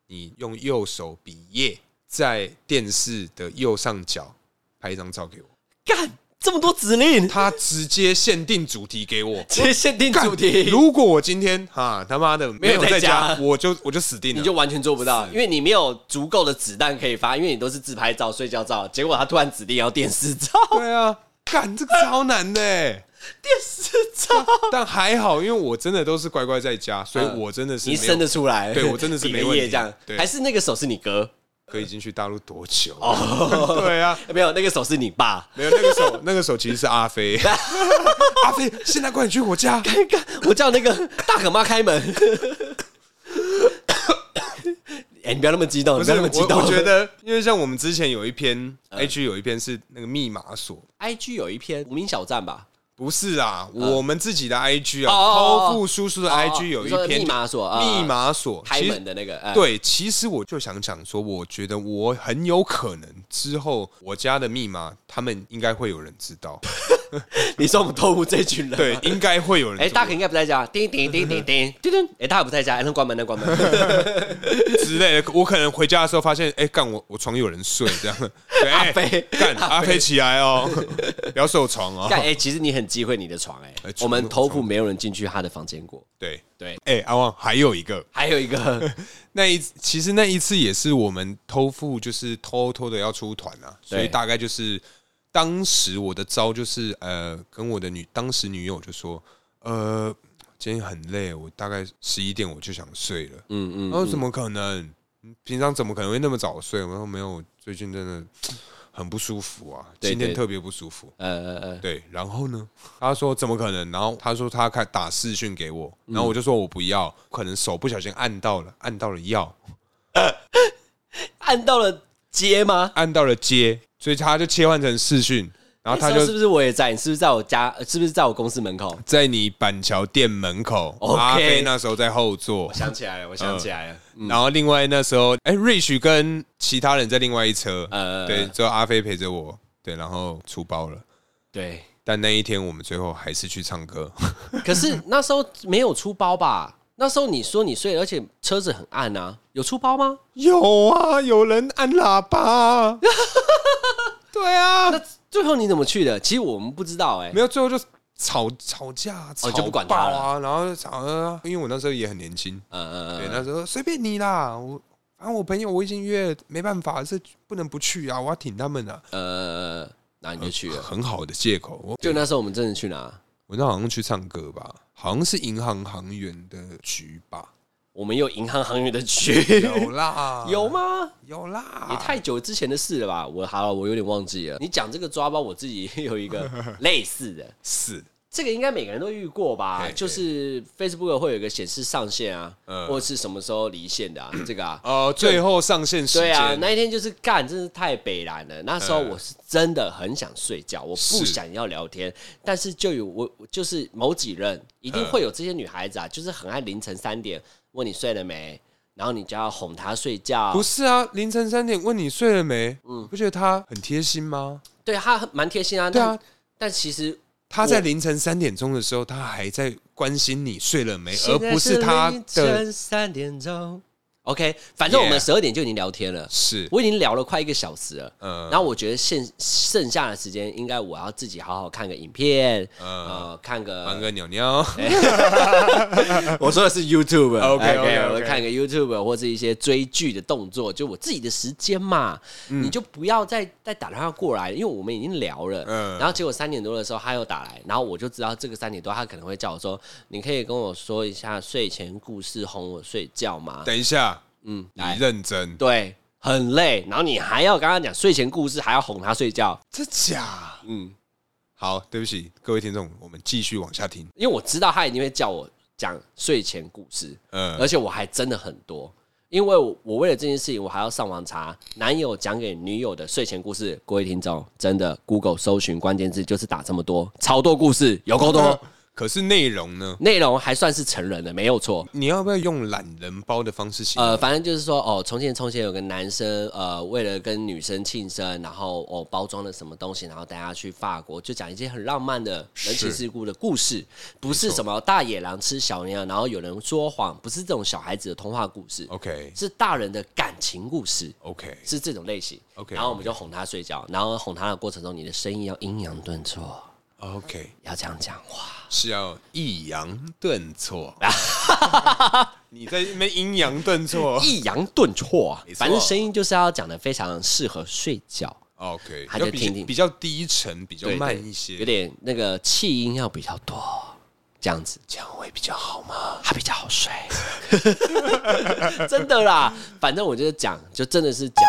[SPEAKER 2] 你用右手比耶在电视的右上角拍一张照给我。
[SPEAKER 1] 干这么多指令，
[SPEAKER 2] 他直接限定主题给我。
[SPEAKER 1] 直接 限定主题，
[SPEAKER 2] 如果我今天哈他妈的没有在
[SPEAKER 1] 没有在
[SPEAKER 2] 家，
[SPEAKER 1] 家
[SPEAKER 2] 我就我就死定
[SPEAKER 1] 你
[SPEAKER 2] 了。
[SPEAKER 1] 就完全做不到，因为你没有足够的子弹可以发，因为你都是自拍照、睡觉照，结果他突然指定要电视 照，
[SPEAKER 2] 对啊，干这个超难的 欸。
[SPEAKER 1] 电视照，
[SPEAKER 2] 但还好，因为我真的都是乖乖在家，所以
[SPEAKER 1] 嗯
[SPEAKER 2] 我真的是
[SPEAKER 1] 你
[SPEAKER 2] 没有
[SPEAKER 1] 生得出来，
[SPEAKER 2] 对我真的是
[SPEAKER 1] 比
[SPEAKER 2] 没
[SPEAKER 1] 个
[SPEAKER 2] 问
[SPEAKER 1] 耶
[SPEAKER 2] 题
[SPEAKER 1] 这样，
[SPEAKER 2] 对
[SPEAKER 1] 还是那个手是你哥。
[SPEAKER 2] 哥已经去大陆多久了？
[SPEAKER 1] 哦
[SPEAKER 2] 对啊，
[SPEAKER 1] 没有，那个手是你爸。
[SPEAKER 2] 没有那个手， 那个手其实是阿飞。阿飞，现在快点去我家。
[SPEAKER 1] 我叫那个大可妈开门。 哎、你不要那么激动，
[SPEAKER 2] 不
[SPEAKER 1] 你
[SPEAKER 2] 是
[SPEAKER 1] 不要那
[SPEAKER 2] 我，
[SPEAKER 1] 么激动。嗯
[SPEAKER 2] 我觉得，因为像我们之前有一篇 H 有一篇是那个密码锁，
[SPEAKER 1] IG 有一篇无名小站吧，
[SPEAKER 2] 不是啊，我们自己的 IG 啊，
[SPEAKER 1] 嗯哦哦哦
[SPEAKER 2] 剖腹叔叔的 IG 有一
[SPEAKER 1] 你说
[SPEAKER 2] 篇
[SPEAKER 1] 密码锁啊
[SPEAKER 2] 密码锁
[SPEAKER 1] 开
[SPEAKER 2] 其实
[SPEAKER 1] 门的那个，哎，
[SPEAKER 2] 对，其实我就想讲说，我觉得我很有可能之后我家的密码，他们应该会有人知 道，
[SPEAKER 1] 你说我们偷户这群人，
[SPEAKER 2] 对，，应该会有人
[SPEAKER 1] 哎，
[SPEAKER 2] 知道
[SPEAKER 1] 大可应该不在家，叮叮叮叮叮叮叮，哎，大可不在家， 哎，那关门，那关门，
[SPEAKER 2] 之类的。我可能回家的时候发现，哎，干我我床有人睡，这 样，对，
[SPEAKER 1] 阿
[SPEAKER 2] 哎
[SPEAKER 1] 飞
[SPEAKER 2] 干
[SPEAKER 1] 阿
[SPEAKER 2] 阿飞起来哦， 不要睡我床哦，
[SPEAKER 1] 但哎，其实你很忌讳你的床，哎
[SPEAKER 2] 哎，
[SPEAKER 1] 我们
[SPEAKER 2] 床
[SPEAKER 1] 偷户没有人进去他的房间过，
[SPEAKER 2] 对，
[SPEAKER 1] 对，
[SPEAKER 2] 哎，阿旺还有一个，
[SPEAKER 1] 还有一个，
[SPEAKER 2] 那一次其实那一次也是我们偷富，就是偷偷的要出团啊，
[SPEAKER 1] 对
[SPEAKER 2] 所以大概就是当时我的招就是呃，跟我的女当时女友就说，呃，今天很累，我大概十一点我就想睡了。
[SPEAKER 1] 嗯
[SPEAKER 2] 然后怎么可能？嗯平常怎么可能会那么早睡？我说没有，最近真的很不舒服啊，
[SPEAKER 1] 对
[SPEAKER 2] 今天
[SPEAKER 1] 对
[SPEAKER 2] 特别不舒服。
[SPEAKER 1] 呃呃呃，
[SPEAKER 2] 对，然后呢？他说怎么可能？然后他说他开打视讯给我，然
[SPEAKER 1] 嗯
[SPEAKER 2] 后我就说我不要，可能手不小心按到了，按到了药，
[SPEAKER 1] 按到了接吗？
[SPEAKER 2] 按到了接，所以他就切换成视讯，然后他
[SPEAKER 1] 那时候是
[SPEAKER 2] 就
[SPEAKER 1] 不是我也在？你是不是在我家？呃是不是在我公司门口？
[SPEAKER 2] 在你板桥店门口
[SPEAKER 1] OK
[SPEAKER 2] 阿飞那时候在后座
[SPEAKER 1] 我，想起来了，我想起来了，
[SPEAKER 2] 然后另外那时候哎，Rich 跟其他人在另外一车，
[SPEAKER 1] 呃
[SPEAKER 2] 对，只有阿飞陪着我，对，然后出包了。
[SPEAKER 1] 对。
[SPEAKER 2] 但那一天我们最后还是去 唱歌，
[SPEAKER 1] 可是那时候没有出包吧？那时候你说你睡了，而且车子很暗啊，有出包吗？
[SPEAKER 2] 有啊，有人按喇 叭，对啊，
[SPEAKER 1] 那最后你怎么去的？其实我们不知道哎、
[SPEAKER 2] 没有，最后就吵吵架，吵、
[SPEAKER 1] 哦就不管他了
[SPEAKER 2] 啊，然后就吵啊，因为我那时候也很年轻，
[SPEAKER 1] 呃
[SPEAKER 2] 对，
[SPEAKER 1] 呃，
[SPEAKER 2] 那时候随便你啦，我反正我朋友我已经约了，没办法，是不能不去啊，我要挺他们啊，
[SPEAKER 1] 呃呃，那你就去了。
[SPEAKER 2] 很好的借口。我
[SPEAKER 1] 就那时候我们真的去哪？
[SPEAKER 2] 我那好像去唱歌吧，好像是银行行员的局吧，
[SPEAKER 1] 我们有银行行员的去，，
[SPEAKER 2] 有啊啦
[SPEAKER 1] 有吗？
[SPEAKER 2] 有啦，
[SPEAKER 1] 也太久之前的事了吧？我好了，我有点忘记了。你讲这个抓包，我自己也有一 个类似的，
[SPEAKER 2] 是
[SPEAKER 1] 这个应该每个人都遇过吧？
[SPEAKER 2] 嘿
[SPEAKER 1] 就是 Facebook 会有一个显示上线啊，
[SPEAKER 2] 嗯
[SPEAKER 1] 或者是什么时候离线的啊，这个啊。
[SPEAKER 2] 哦，最后上线时
[SPEAKER 1] 对啊，
[SPEAKER 2] 间，嗯
[SPEAKER 1] 那一天就是干，真是太北蓝了。那时候我是真的很想睡觉，我不
[SPEAKER 2] 是
[SPEAKER 1] 想要聊天，但是就有我就是某几任一
[SPEAKER 2] 嗯
[SPEAKER 1] 定会有这些女孩子啊，就是很爱凌晨三点问你睡了没，然后你就要哄她睡觉
[SPEAKER 2] 不。是啊，凌晨三点问你睡了没？嗯，不觉得他很贴心吗？
[SPEAKER 1] 对她蛮贴心啊，
[SPEAKER 2] 对啊
[SPEAKER 1] 但，但其实
[SPEAKER 2] 他在凌晨三点钟的时候，他还在关心你睡了没，而
[SPEAKER 1] 现在
[SPEAKER 2] 不是他
[SPEAKER 1] 凌
[SPEAKER 2] 的
[SPEAKER 1] 晨三点钟。OK，反正我们
[SPEAKER 2] Yeah
[SPEAKER 1] 十二点就已经聊天了。
[SPEAKER 2] 是
[SPEAKER 1] 我已经聊了快一个小时了，
[SPEAKER 2] 嗯
[SPEAKER 1] 然后我觉得剩剩下的时间，应该我要自己好好看个影片，
[SPEAKER 2] 嗯
[SPEAKER 1] 呃，看
[SPEAKER 2] 玩
[SPEAKER 1] 个，
[SPEAKER 2] 个 鸟鸟，
[SPEAKER 1] 我说的是 YouTube，OK
[SPEAKER 2] OK，OK，OK
[SPEAKER 1] 我会看个 YouTube 或是一些追剧的动作，就我自己的时间嘛，
[SPEAKER 2] 嗯
[SPEAKER 1] 你就不要再再打电话过来，因为我们已经聊了，
[SPEAKER 2] 嗯
[SPEAKER 1] 然后结果三点多的时候他又打来，然后我就知道这个三点多他可能会叫我说，你可以跟我说一下睡前故事哄我睡觉吗？
[SPEAKER 2] 等一下，
[SPEAKER 1] 嗯，
[SPEAKER 2] 你
[SPEAKER 1] 来，
[SPEAKER 2] 认真，
[SPEAKER 1] 对，很累，然后你还要跟他讲睡前故事，还要哄他睡觉，
[SPEAKER 2] 这假？
[SPEAKER 1] 嗯。
[SPEAKER 2] 好，对不起各位听众，我们继续往下听。
[SPEAKER 1] 因为我知道他一定会叫我讲睡前故事，
[SPEAKER 2] 呃
[SPEAKER 1] 而，且我还真的很多，因为我我为了这件事情，我还要上网查男友讲给女友的睡前故事。各位听众，真的 Google 搜寻关键字就是打这么多，超多故事，有够多，
[SPEAKER 2] 可是内容呢？
[SPEAKER 1] 内容还算是成人的，没有错。
[SPEAKER 2] 你要不要用懒人包的方式写？
[SPEAKER 1] 呃，反正就是说，哦，从前从前有个男生，呃，为了跟女生庆生，然后哦包装了什么东西，然后带她去法国，就讲一些很浪漫的人情
[SPEAKER 2] 是
[SPEAKER 1] 世故的故事，不是
[SPEAKER 2] 错
[SPEAKER 1] 什么大野狼吃小绵羊，然后有人说谎，不是这种小孩子的童话故事，
[SPEAKER 2] OK
[SPEAKER 1] 是大人的感情故事。
[SPEAKER 2] OK，
[SPEAKER 1] 是这种类型
[SPEAKER 2] OK，
[SPEAKER 1] 然后我们就哄她睡觉，然后哄她的过程中，你的声音要阴阳顿挫，
[SPEAKER 2] OK，
[SPEAKER 1] 要这样讲话。
[SPEAKER 2] 是要抑扬 顿挫。你在那边阴阳顿挫。
[SPEAKER 1] 抑扬顿挫啊
[SPEAKER 2] 哦没，错
[SPEAKER 1] 反正声音就是要讲的非常适合睡觉。
[SPEAKER 2] OK，
[SPEAKER 1] 他
[SPEAKER 2] 要
[SPEAKER 1] 就
[SPEAKER 2] 比
[SPEAKER 1] 听听
[SPEAKER 2] 比较低沉，比较
[SPEAKER 1] 对
[SPEAKER 2] 慢
[SPEAKER 1] 对
[SPEAKER 2] 一些。
[SPEAKER 1] 有点那个气音要比较多，这样子，这样会比较好吗？它比较好睡， 真的啦。反正我就是讲，就真的是讲。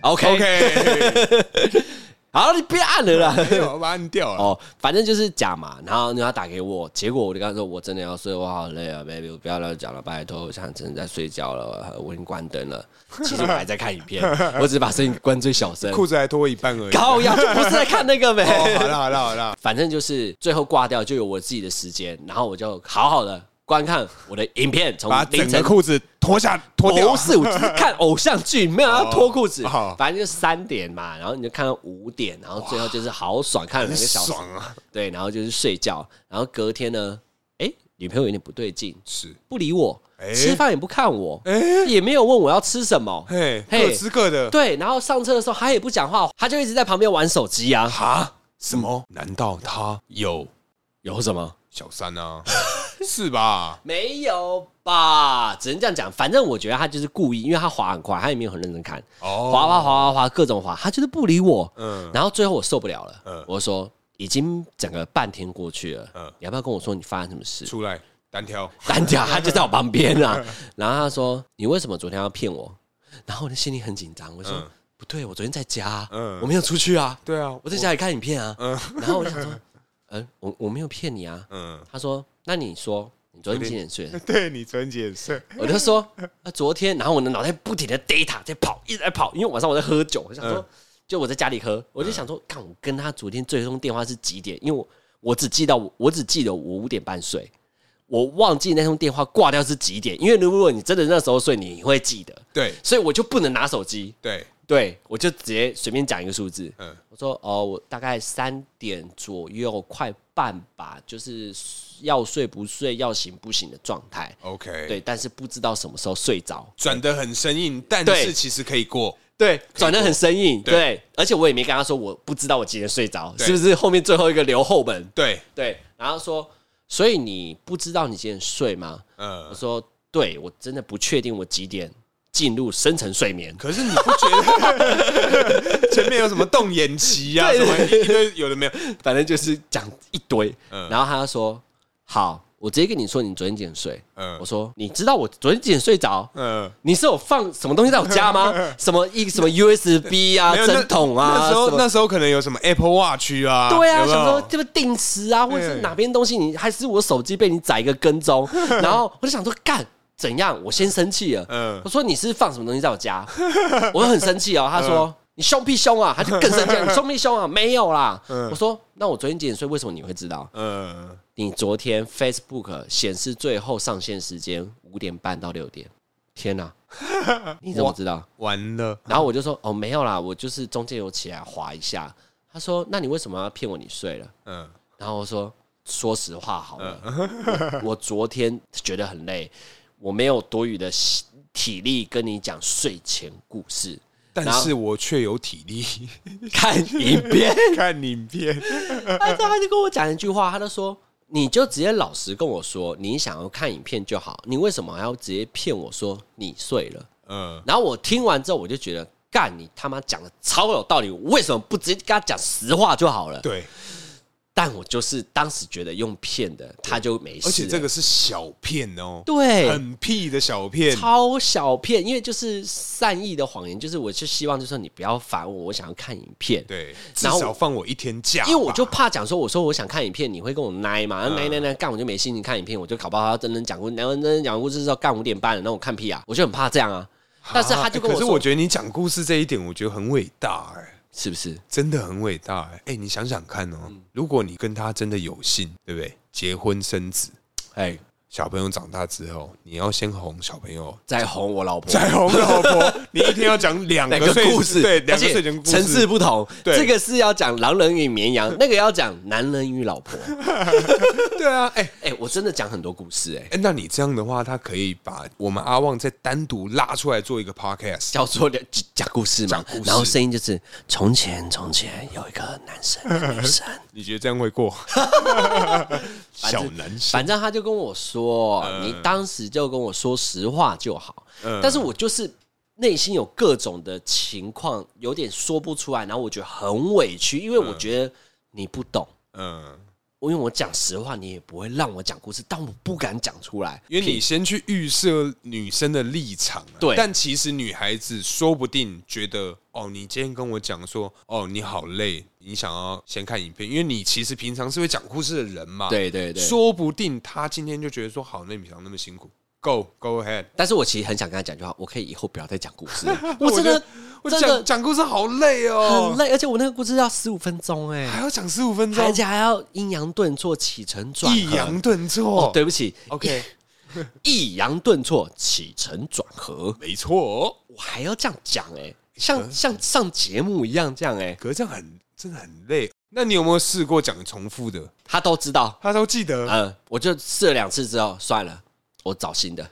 [SPEAKER 1] OK，,
[SPEAKER 2] OK，
[SPEAKER 1] 好，你别按了啦。
[SPEAKER 2] 没有，我把它按掉啊了。
[SPEAKER 1] 哦，反正就是假嘛，然后然后他打给我，结果我就跟他说我真的要睡，我好累啊，baby，我不要乱讲了，拜托，我现在真的在睡觉了，我已经关灯了。其实我还在看影片，我只是把声音关最小声。
[SPEAKER 2] 裤子还脱一半而已。
[SPEAKER 1] 高呀，就不是在看那个呗。
[SPEAKER 2] 哦，好了好了好了，
[SPEAKER 1] 反正就是最后挂掉，就有我自己的时间，然后我就好好的观看我的影片，从
[SPEAKER 2] 把
[SPEAKER 1] 凌
[SPEAKER 2] 整
[SPEAKER 1] 晨哦
[SPEAKER 2] 个。裤子脱下脱掉啊
[SPEAKER 1] 不。是，我就是看偶像剧，没有要脱裤子
[SPEAKER 2] 哦，
[SPEAKER 1] 反正就是三点嘛，然后你就看到五点，然后最后就是好爽，看了两个小时，
[SPEAKER 2] 爽啊！
[SPEAKER 1] 对，然后就是睡觉，然后隔天呢，哎、女朋友有点不对劲，
[SPEAKER 2] 是，
[SPEAKER 1] 不理我，
[SPEAKER 2] 哎
[SPEAKER 1] 吃饭也不看我，
[SPEAKER 2] 哎
[SPEAKER 1] 也没有问我要吃什么，
[SPEAKER 2] 嘿，
[SPEAKER 1] 嘿
[SPEAKER 2] 各吃各的。
[SPEAKER 1] 对，然后上车的时候她也不讲话，她就一直在旁边玩手机啊，
[SPEAKER 2] 哈？什么？难道他有
[SPEAKER 1] 有什么？
[SPEAKER 2] 小三 啊？是吧？
[SPEAKER 1] 没有吧，只能这样讲。反正我觉得她就是故意，因为她滑很快，她也没有很认真看，
[SPEAKER 2] 哦，
[SPEAKER 1] 滑滑滑滑滑，各种滑，她就是不理我。
[SPEAKER 2] 嗯，
[SPEAKER 1] 然后最后我受不了了，
[SPEAKER 2] 嗯
[SPEAKER 1] 我就说已经整个半天过去了，
[SPEAKER 2] 嗯
[SPEAKER 1] 你要不要跟我说你发生什么事？
[SPEAKER 2] 出来单挑，
[SPEAKER 1] 单挑，他就在我旁边 啊。然后他说：“你为什么昨天要骗我？”然后我的心里很紧张，我就说：“
[SPEAKER 2] 嗯
[SPEAKER 1] 不对，我昨天在家啊、
[SPEAKER 2] 嗯
[SPEAKER 1] 我没有出去啊，
[SPEAKER 2] 对啊，
[SPEAKER 1] 我在家里看影片啊。然后我想说：“嗯，我我没有骗你啊。
[SPEAKER 2] 嗯，
[SPEAKER 1] 他说：“那你说你昨天几点睡的？”
[SPEAKER 2] 对你纯洁是，
[SPEAKER 1] 我就说：“啊，昨天。”然后我的脑袋不停的 data 在跑，一直在跑，因为晚上我在喝酒，我想说，
[SPEAKER 2] 嗯
[SPEAKER 1] 就我在家里喝，我就想说，看我跟他昨天最终电话是几点？因为我我只记到我我只记得我五点半睡，我忘记那通电话挂掉是几点。因为如果你真的那时候睡，你会记得，
[SPEAKER 2] 对
[SPEAKER 1] 所以我就不能拿手机，
[SPEAKER 2] 对，
[SPEAKER 1] 对我就直接随便讲一个数字。
[SPEAKER 2] 嗯
[SPEAKER 1] 我说哦，我大概三点左右，快半吧，就是要睡不睡，要醒不醒的状态。
[SPEAKER 2] ，OK，
[SPEAKER 1] 对，但是不知道什么时候睡着。
[SPEAKER 2] 转的很生硬，但
[SPEAKER 1] 对
[SPEAKER 2] 是其实可以过，
[SPEAKER 1] 对，转的很生硬。
[SPEAKER 2] 对
[SPEAKER 1] 对，而且我也没跟他说我不知道我几点睡着，
[SPEAKER 2] 对
[SPEAKER 1] 是不是后面最后一个留后门？
[SPEAKER 2] 对，
[SPEAKER 1] 对，然后说，所以你不知道你几点睡吗？我
[SPEAKER 2] 嗯。
[SPEAKER 1] 说，对我真的不确定我几点进入深层睡 眠。
[SPEAKER 2] 可是你不觉 得前面有什么动眼期呀、啊，
[SPEAKER 1] 对
[SPEAKER 2] 什么一堆有的没有？
[SPEAKER 1] 反正就是讲一堆，
[SPEAKER 2] 嗯
[SPEAKER 1] 然后他就说，好，我直接跟你说你昨天几点睡。
[SPEAKER 2] 嗯
[SPEAKER 1] 我说，你知道我昨天几点睡着？
[SPEAKER 2] 嗯，
[SPEAKER 1] 你是有放什么东西在我家吗？ 什么一什么 USB 啊
[SPEAKER 2] 没，有那
[SPEAKER 1] 针筒啊，
[SPEAKER 2] 那时
[SPEAKER 1] 什
[SPEAKER 2] 候
[SPEAKER 1] 么
[SPEAKER 2] 那时候可能有什么 Apple Watch 啊，
[SPEAKER 1] 对啊，
[SPEAKER 2] 有没
[SPEAKER 1] 想说
[SPEAKER 2] 有
[SPEAKER 1] 这个定时啊，或者是哪边东西你还是我手机被你载一个跟 踪，然后我就想说干怎样？我先生气了，
[SPEAKER 2] 嗯
[SPEAKER 1] 我说你是放什么东西在我家？我很生气哦。他
[SPEAKER 2] 嗯
[SPEAKER 1] 说你凶屁凶啊，他就更生气了，你凶屁凶啊，没有 啦。我说那我昨天几点睡？为什么你会知道？
[SPEAKER 2] 嗯，
[SPEAKER 1] 你昨天 Facebook 显示最后上线时间五点半到六点。天哪、你怎么知道？
[SPEAKER 2] 完了，
[SPEAKER 1] 然后我就说哦没有啦，我就是中间有起来划一下。他说那你为什么要骗我？你睡了？
[SPEAKER 2] 嗯
[SPEAKER 1] 然后我说：“说实话好了， 我我昨天觉得很累，我没有多余的体体力跟你讲睡前故事，
[SPEAKER 2] 但
[SPEAKER 1] 然后
[SPEAKER 2] 是我却有体 力
[SPEAKER 1] 看一遍。
[SPEAKER 2] 看影片，
[SPEAKER 1] 他他就跟我讲一句话，他就说：你就直接老实跟我说，你想要看影片就好，你为什么要直接骗我说你睡了？
[SPEAKER 2] 嗯，
[SPEAKER 1] 然后我听完之后，我就觉得。”干你他妈讲的超有道理，我为什么不直接跟他讲实话就好了？
[SPEAKER 2] 对，
[SPEAKER 1] 但我就是当时觉得用骗的，他就没事了。
[SPEAKER 2] 而且这个是小片哦，
[SPEAKER 1] 啊对，
[SPEAKER 2] 很屁的小片，
[SPEAKER 1] 超小片，因为就是善意的谎言，就是我就希望就是说你不要烦我，我想要看影片。
[SPEAKER 2] 对，至
[SPEAKER 1] 然后
[SPEAKER 2] 少放我一天假吧，
[SPEAKER 1] 因为我就怕讲说，我说我想看影片，你会跟我奶
[SPEAKER 2] 啊
[SPEAKER 1] 嘛？奶奶奶干，我就没心情看影片，我就搞不好要真真讲故，然后真真讲故事之后干五点半了，那我看屁啊！我就很怕这样啊。但是他就跟我
[SPEAKER 2] 啊可是
[SPEAKER 1] 说，
[SPEAKER 2] 我觉得你讲故事这一点，我觉得很伟大哎、
[SPEAKER 1] 是不是？
[SPEAKER 2] 真的很伟大哎、哎你想想看哦，
[SPEAKER 1] 嗯
[SPEAKER 2] 如果你跟他真的有幸，对不对？结婚生子，
[SPEAKER 1] 哎，
[SPEAKER 2] 小朋友长大之后，你要先哄小朋友，
[SPEAKER 1] 在哄我老婆。
[SPEAKER 2] 再哄 老婆，你一天要讲两
[SPEAKER 1] 两
[SPEAKER 2] 个
[SPEAKER 1] 个
[SPEAKER 2] 睡
[SPEAKER 1] 故事，
[SPEAKER 2] 对，两
[SPEAKER 1] 而
[SPEAKER 2] 个
[SPEAKER 1] 且
[SPEAKER 2] 睡前故
[SPEAKER 1] 层次
[SPEAKER 2] 事，
[SPEAKER 1] 不同。
[SPEAKER 2] 对
[SPEAKER 1] 这个是要讲狼人与绵 羊，那个要讲男人与老婆。
[SPEAKER 2] 对啊，哎、
[SPEAKER 1] 哎、我真的讲很多故事、哎，
[SPEAKER 2] 哎，那你这样的话，他可以把我们阿旺再单独拉出来做一个 podcast，
[SPEAKER 1] 叫做讲讲故事嘛
[SPEAKER 2] 讲故，事
[SPEAKER 1] 然后声音就是从前从前有一个男 生女生，
[SPEAKER 2] 你觉得这样 会过？小
[SPEAKER 1] 正
[SPEAKER 2] 男生，
[SPEAKER 1] 反正他就跟我说，
[SPEAKER 2] 嗯
[SPEAKER 1] 你当时就跟我说实话就好，但是我就是内心有各种的情况，有点说不出来，然后我觉得很委屈，因为我觉得你不懂，
[SPEAKER 2] 嗯，
[SPEAKER 1] 因为我讲实话，你也不会让我讲故事，但我不敢讲出来。
[SPEAKER 2] 因为你先去预设女生的立场、啊，
[SPEAKER 1] 对
[SPEAKER 2] 但其实女孩子说不定觉得，哦，你今天跟我讲说，哦，你好累，你想要先看影片，因为你其实平常是会讲故事的人嘛，，
[SPEAKER 1] 对对对，
[SPEAKER 2] 说不定她今天就觉得说，好，那你平常那么辛苦，Go Go ahead，。
[SPEAKER 1] 但是我其实很想跟他讲句话，我可以以后不要再讲故事了 我真的
[SPEAKER 2] 我
[SPEAKER 1] 真
[SPEAKER 2] 讲
[SPEAKER 1] 的
[SPEAKER 2] 讲故事好累哦，
[SPEAKER 1] 很累，而且我那个故事要十五分钟哎、
[SPEAKER 2] 还要讲十五分钟
[SPEAKER 1] 而，且还要阴阳顿挫、起承转合。
[SPEAKER 2] 抑扬顿挫，
[SPEAKER 1] 哦，对不起，
[SPEAKER 2] ，OK，
[SPEAKER 1] 抑扬顿挫、起承转合，
[SPEAKER 2] 没错，哦
[SPEAKER 1] 我还要这样讲哎、像
[SPEAKER 2] 嗯
[SPEAKER 1] 像上节目一样这样哎、
[SPEAKER 2] 可是这样很真的很累。那你有没有试过讲重复的？啊
[SPEAKER 1] 他都知道。
[SPEAKER 2] 他都记得。
[SPEAKER 1] 嗯，我就试了两次之后，算了，我找新的，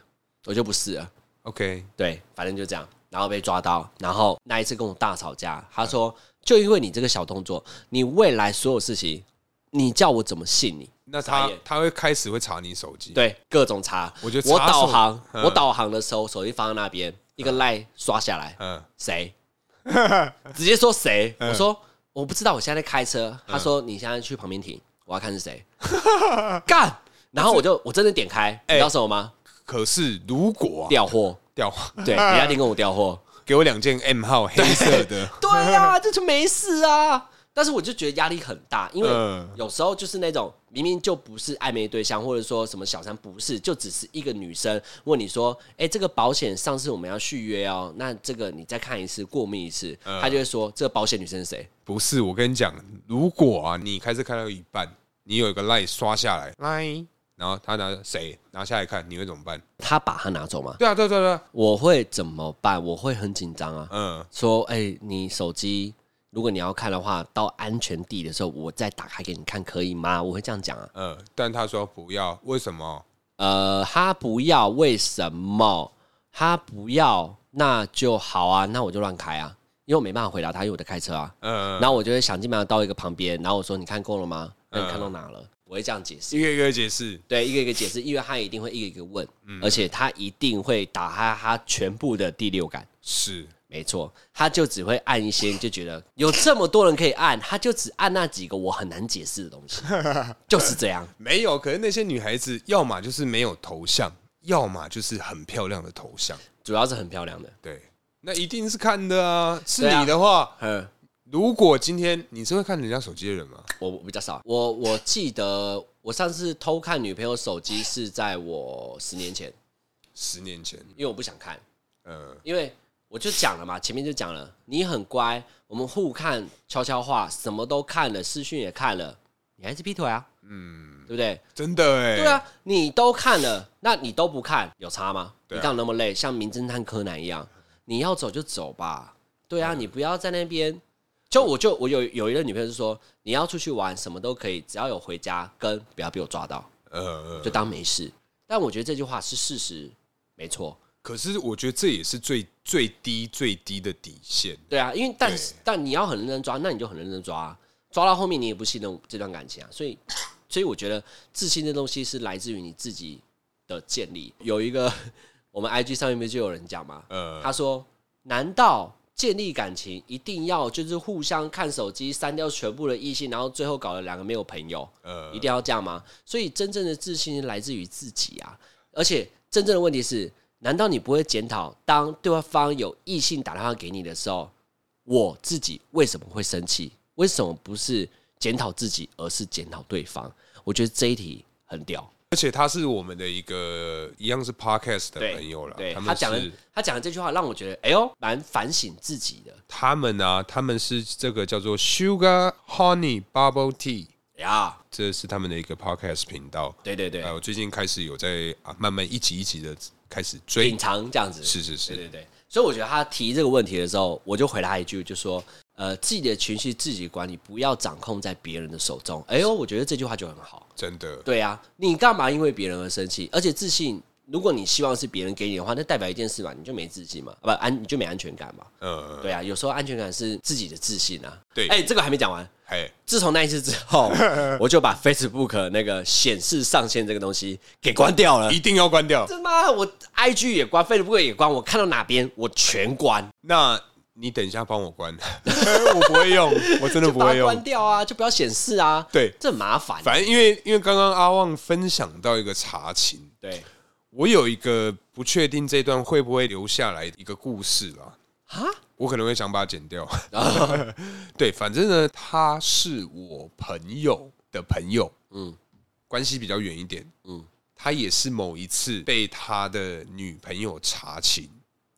[SPEAKER 1] 我就不试了。
[SPEAKER 2] OK，
[SPEAKER 1] 对，反正就这样，然后被抓到，然后那一次跟我大吵架，他说就因为你这个小动作，你未来所有事情，你叫我怎么信你？
[SPEAKER 2] 那
[SPEAKER 1] 傻
[SPEAKER 2] 他
[SPEAKER 1] 眼
[SPEAKER 2] 他会开始会查你手机。，
[SPEAKER 1] 对，各种查，
[SPEAKER 2] 我觉得
[SPEAKER 1] 我
[SPEAKER 2] 查手
[SPEAKER 1] 导航，
[SPEAKER 2] 嗯
[SPEAKER 1] 我导航的时候手机放在那边，一个赖刷下来，
[SPEAKER 2] 嗯，
[SPEAKER 1] 谁？直接说谁？我说我不知道，我现在在开车。他
[SPEAKER 2] 嗯
[SPEAKER 1] 说你现在去旁边停，我要看是 谁。干！然后我就我真的点开，你
[SPEAKER 2] 哎
[SPEAKER 1] 知道什么吗？
[SPEAKER 2] 可是如果、啊、
[SPEAKER 1] 调货。
[SPEAKER 2] 掉，
[SPEAKER 1] 对，人家天跟我调货。
[SPEAKER 2] 给我两件 M 号黑色的，
[SPEAKER 1] 对呀、这就没事啊。但是我就觉得压力很大，因为
[SPEAKER 2] 嗯
[SPEAKER 1] 有时候就是那种明明就不是暧昧对象，或者说什么小三不是，就只是一个女生问你说：“哎、这个保险上次我们要续约哦，那这个你再看一次，过密一次。”她就会说：“这个保险女生是谁
[SPEAKER 2] 不是。我跟你讲，如果啊，你开车开到一半，你有一个 line 刷下来，line，然后他拿谁拿下来看，你会怎么办？？”
[SPEAKER 1] 她把她拿走吗？
[SPEAKER 2] 对啊，对对对，
[SPEAKER 1] 我会怎么办？我会很紧张啊。
[SPEAKER 2] 嗯，
[SPEAKER 1] 说：“哎、你手机如果你要看的话，到安全地的时候，我再打开给你看，可以吗？”我会这样讲啊。
[SPEAKER 2] 嗯，但他说不要，为什么？
[SPEAKER 1] 呃，他不要，为什么？他不要，那就好啊，那我就乱开啊，因为我没办法回答他，因为我在开车啊。
[SPEAKER 2] 嗯，
[SPEAKER 1] 然后我就会想尽办法到一个旁边，然后我说：“你看够了吗？”那你看到哪了？我会这样解释，
[SPEAKER 2] 一个一个解释。
[SPEAKER 1] 对，一个一个解释，因为他一定会一个一个问，而且他一定会打开他全部的第六感。
[SPEAKER 2] 是，
[SPEAKER 1] 没错，他就只会按一些，你就觉得有这么多人可以按，他就只按那几个我很难解释的东西，就是这样。
[SPEAKER 2] 没有，可是那些女孩子，要么就是没有头像，要么就是很漂亮的头像。
[SPEAKER 1] 主要是很漂亮的，
[SPEAKER 2] 对，那一定是看的啊。是
[SPEAKER 1] 对啊
[SPEAKER 2] 你的话，
[SPEAKER 1] 嗯，
[SPEAKER 2] 如果今天你是会看人家手机的人吗？
[SPEAKER 1] 我我比较少，我我记得我上次偷看女朋友手机是在我十年前，
[SPEAKER 2] 十年前，
[SPEAKER 1] 因为我不想看，
[SPEAKER 2] 呃，
[SPEAKER 1] 因为我就讲了嘛，前面就讲了，你很乖，我们互看悄悄话，什么都看了，视讯也看了，你还是劈腿啊，嗯，对不对？
[SPEAKER 2] 真的哎、
[SPEAKER 1] 对，啊，你都看了，那你都不看，有差吗？
[SPEAKER 2] 对啊
[SPEAKER 1] 你干嘛那么累，像名侦探柯南一样，你要走就走吧。对啊，你不要在那边。就我就我有有一个女朋友是说，你要出去玩什么都可以，只要有回家跟不要被我抓到，
[SPEAKER 2] 呃呃，
[SPEAKER 1] 就当没事。但我觉得这句话是事实，没错。
[SPEAKER 2] 可是我觉得这也是最最低最低的底线。
[SPEAKER 1] 对啊，因为但
[SPEAKER 2] 对
[SPEAKER 1] 是但你要很认真抓，那你就很认真抓、啊，抓到后面你也不信任这段感情啊，所以所以我觉得自信这东西是来自于你自己的建立。有一个我们 IG 上面不就有人讲嘛，
[SPEAKER 2] 呃，
[SPEAKER 1] 他说：“难道建立感情一定要就是互相看手机，删掉全部的异性，然后最后搞了两个没有朋友？
[SPEAKER 2] 呃
[SPEAKER 1] 一定要这样吗？所以真正的自信是来自于自己啊！而且真正的问题是，难道你不会检讨，当对方有异性打电话给你的时候，我自己为什么会生气？为什么不是检讨自己，而是检讨对方？我觉得这一题很屌。
[SPEAKER 2] 而且他是我们的一个一样是 podcast 的
[SPEAKER 1] 对
[SPEAKER 2] 朋友了，
[SPEAKER 1] 对
[SPEAKER 2] 他
[SPEAKER 1] 他
[SPEAKER 2] 们
[SPEAKER 1] 讲的
[SPEAKER 2] 是
[SPEAKER 1] 他讲的这句话，让我觉得哎呦，蛮反省自己的
[SPEAKER 2] 他们啊，他们是这个叫做 Sugar Honey Bubble Tea，
[SPEAKER 1] 呀。
[SPEAKER 2] 这是他们的一个 podcast 频道。
[SPEAKER 1] 对对对，
[SPEAKER 2] 呃，我最近开始有在啊，慢慢一集一集的开始追
[SPEAKER 1] 隐，藏这样子。
[SPEAKER 2] 是是
[SPEAKER 1] 对
[SPEAKER 2] 是，
[SPEAKER 1] 对对，所以我觉得他提这个问题的时候，我就回答一句，就说，呃，自己的情绪自己管理，不要掌控在别人的手中。哎呦，我觉得这句话就很好。
[SPEAKER 2] 真的，
[SPEAKER 1] 对啊，你干嘛因为别人而生气？而且自信，如果你希望是别人给你的话，那代表一件事嘛，你就没自信嘛，啊不安你就没安全感嘛。
[SPEAKER 2] 呃，
[SPEAKER 1] 对啊，有时候安全感是自己的自信啊。
[SPEAKER 2] 对
[SPEAKER 1] 哎，这个还没讲完。
[SPEAKER 2] 嘿，
[SPEAKER 1] 自从那一次之 后，我就把 Facebook 那个显示上限这个东西给关掉了。
[SPEAKER 2] 一定要关掉。
[SPEAKER 1] 他妈，我 IG 也关，Facebook 也关，我看到哪边我全关。
[SPEAKER 2] 那你等一下帮我关， 我不会用，我真的
[SPEAKER 1] 就
[SPEAKER 2] 不
[SPEAKER 1] 把它
[SPEAKER 2] 会
[SPEAKER 1] 关
[SPEAKER 2] 用。
[SPEAKER 1] 掉啊，就不要显示啊，
[SPEAKER 2] 哦对，
[SPEAKER 1] 这很麻烦。
[SPEAKER 2] 反正因为因为刚刚阿旺分享到一个查情，
[SPEAKER 1] 对
[SPEAKER 2] 我有一个不确定这段会不会留下来一个故事啦，
[SPEAKER 1] 啊，
[SPEAKER 2] 我可能会想把它剪 掉。 对，反正呢，他是我朋友的朋友，
[SPEAKER 1] 嗯
[SPEAKER 2] 关系比较远一点。
[SPEAKER 1] 嗯，
[SPEAKER 2] 他也是某一次被他的女朋友查情，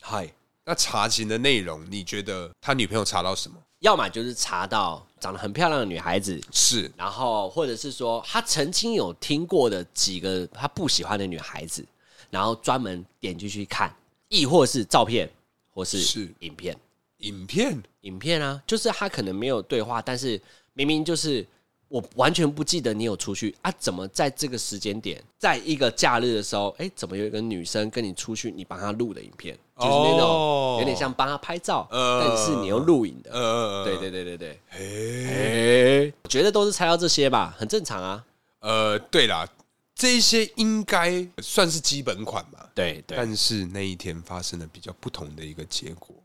[SPEAKER 1] 嗨，
[SPEAKER 2] 那查情的内容，你觉得他女朋友查到什么？
[SPEAKER 1] 要么就是查到长得很漂亮的女孩子，
[SPEAKER 2] 是
[SPEAKER 1] 然后或者是说他曾经有听过的几个他不喜欢的女孩子，然后专门点进去看，亦或是照片，或是
[SPEAKER 2] 是
[SPEAKER 1] 影片，
[SPEAKER 2] 影片
[SPEAKER 1] 影片啊，就是他可能没有对话，但是明明就是我完全不记得你有出去啊，怎么在这个时间点，在一个假日的时候，哎，怎么有一个女生跟你出去，你帮她录的影片，就是那
[SPEAKER 2] 哦
[SPEAKER 1] 种有点像帮她拍照，
[SPEAKER 2] 呃
[SPEAKER 1] 但是你又录影的，
[SPEAKER 2] 呃，
[SPEAKER 1] 对对对对对，
[SPEAKER 2] 嘿，
[SPEAKER 1] 哎，我觉得都是猜到这些吧，很正常啊，
[SPEAKER 2] 呃，对啦，这些应该算是基本款嘛。
[SPEAKER 1] 对对，
[SPEAKER 2] 但是那一天发生了比较不同的一个结果。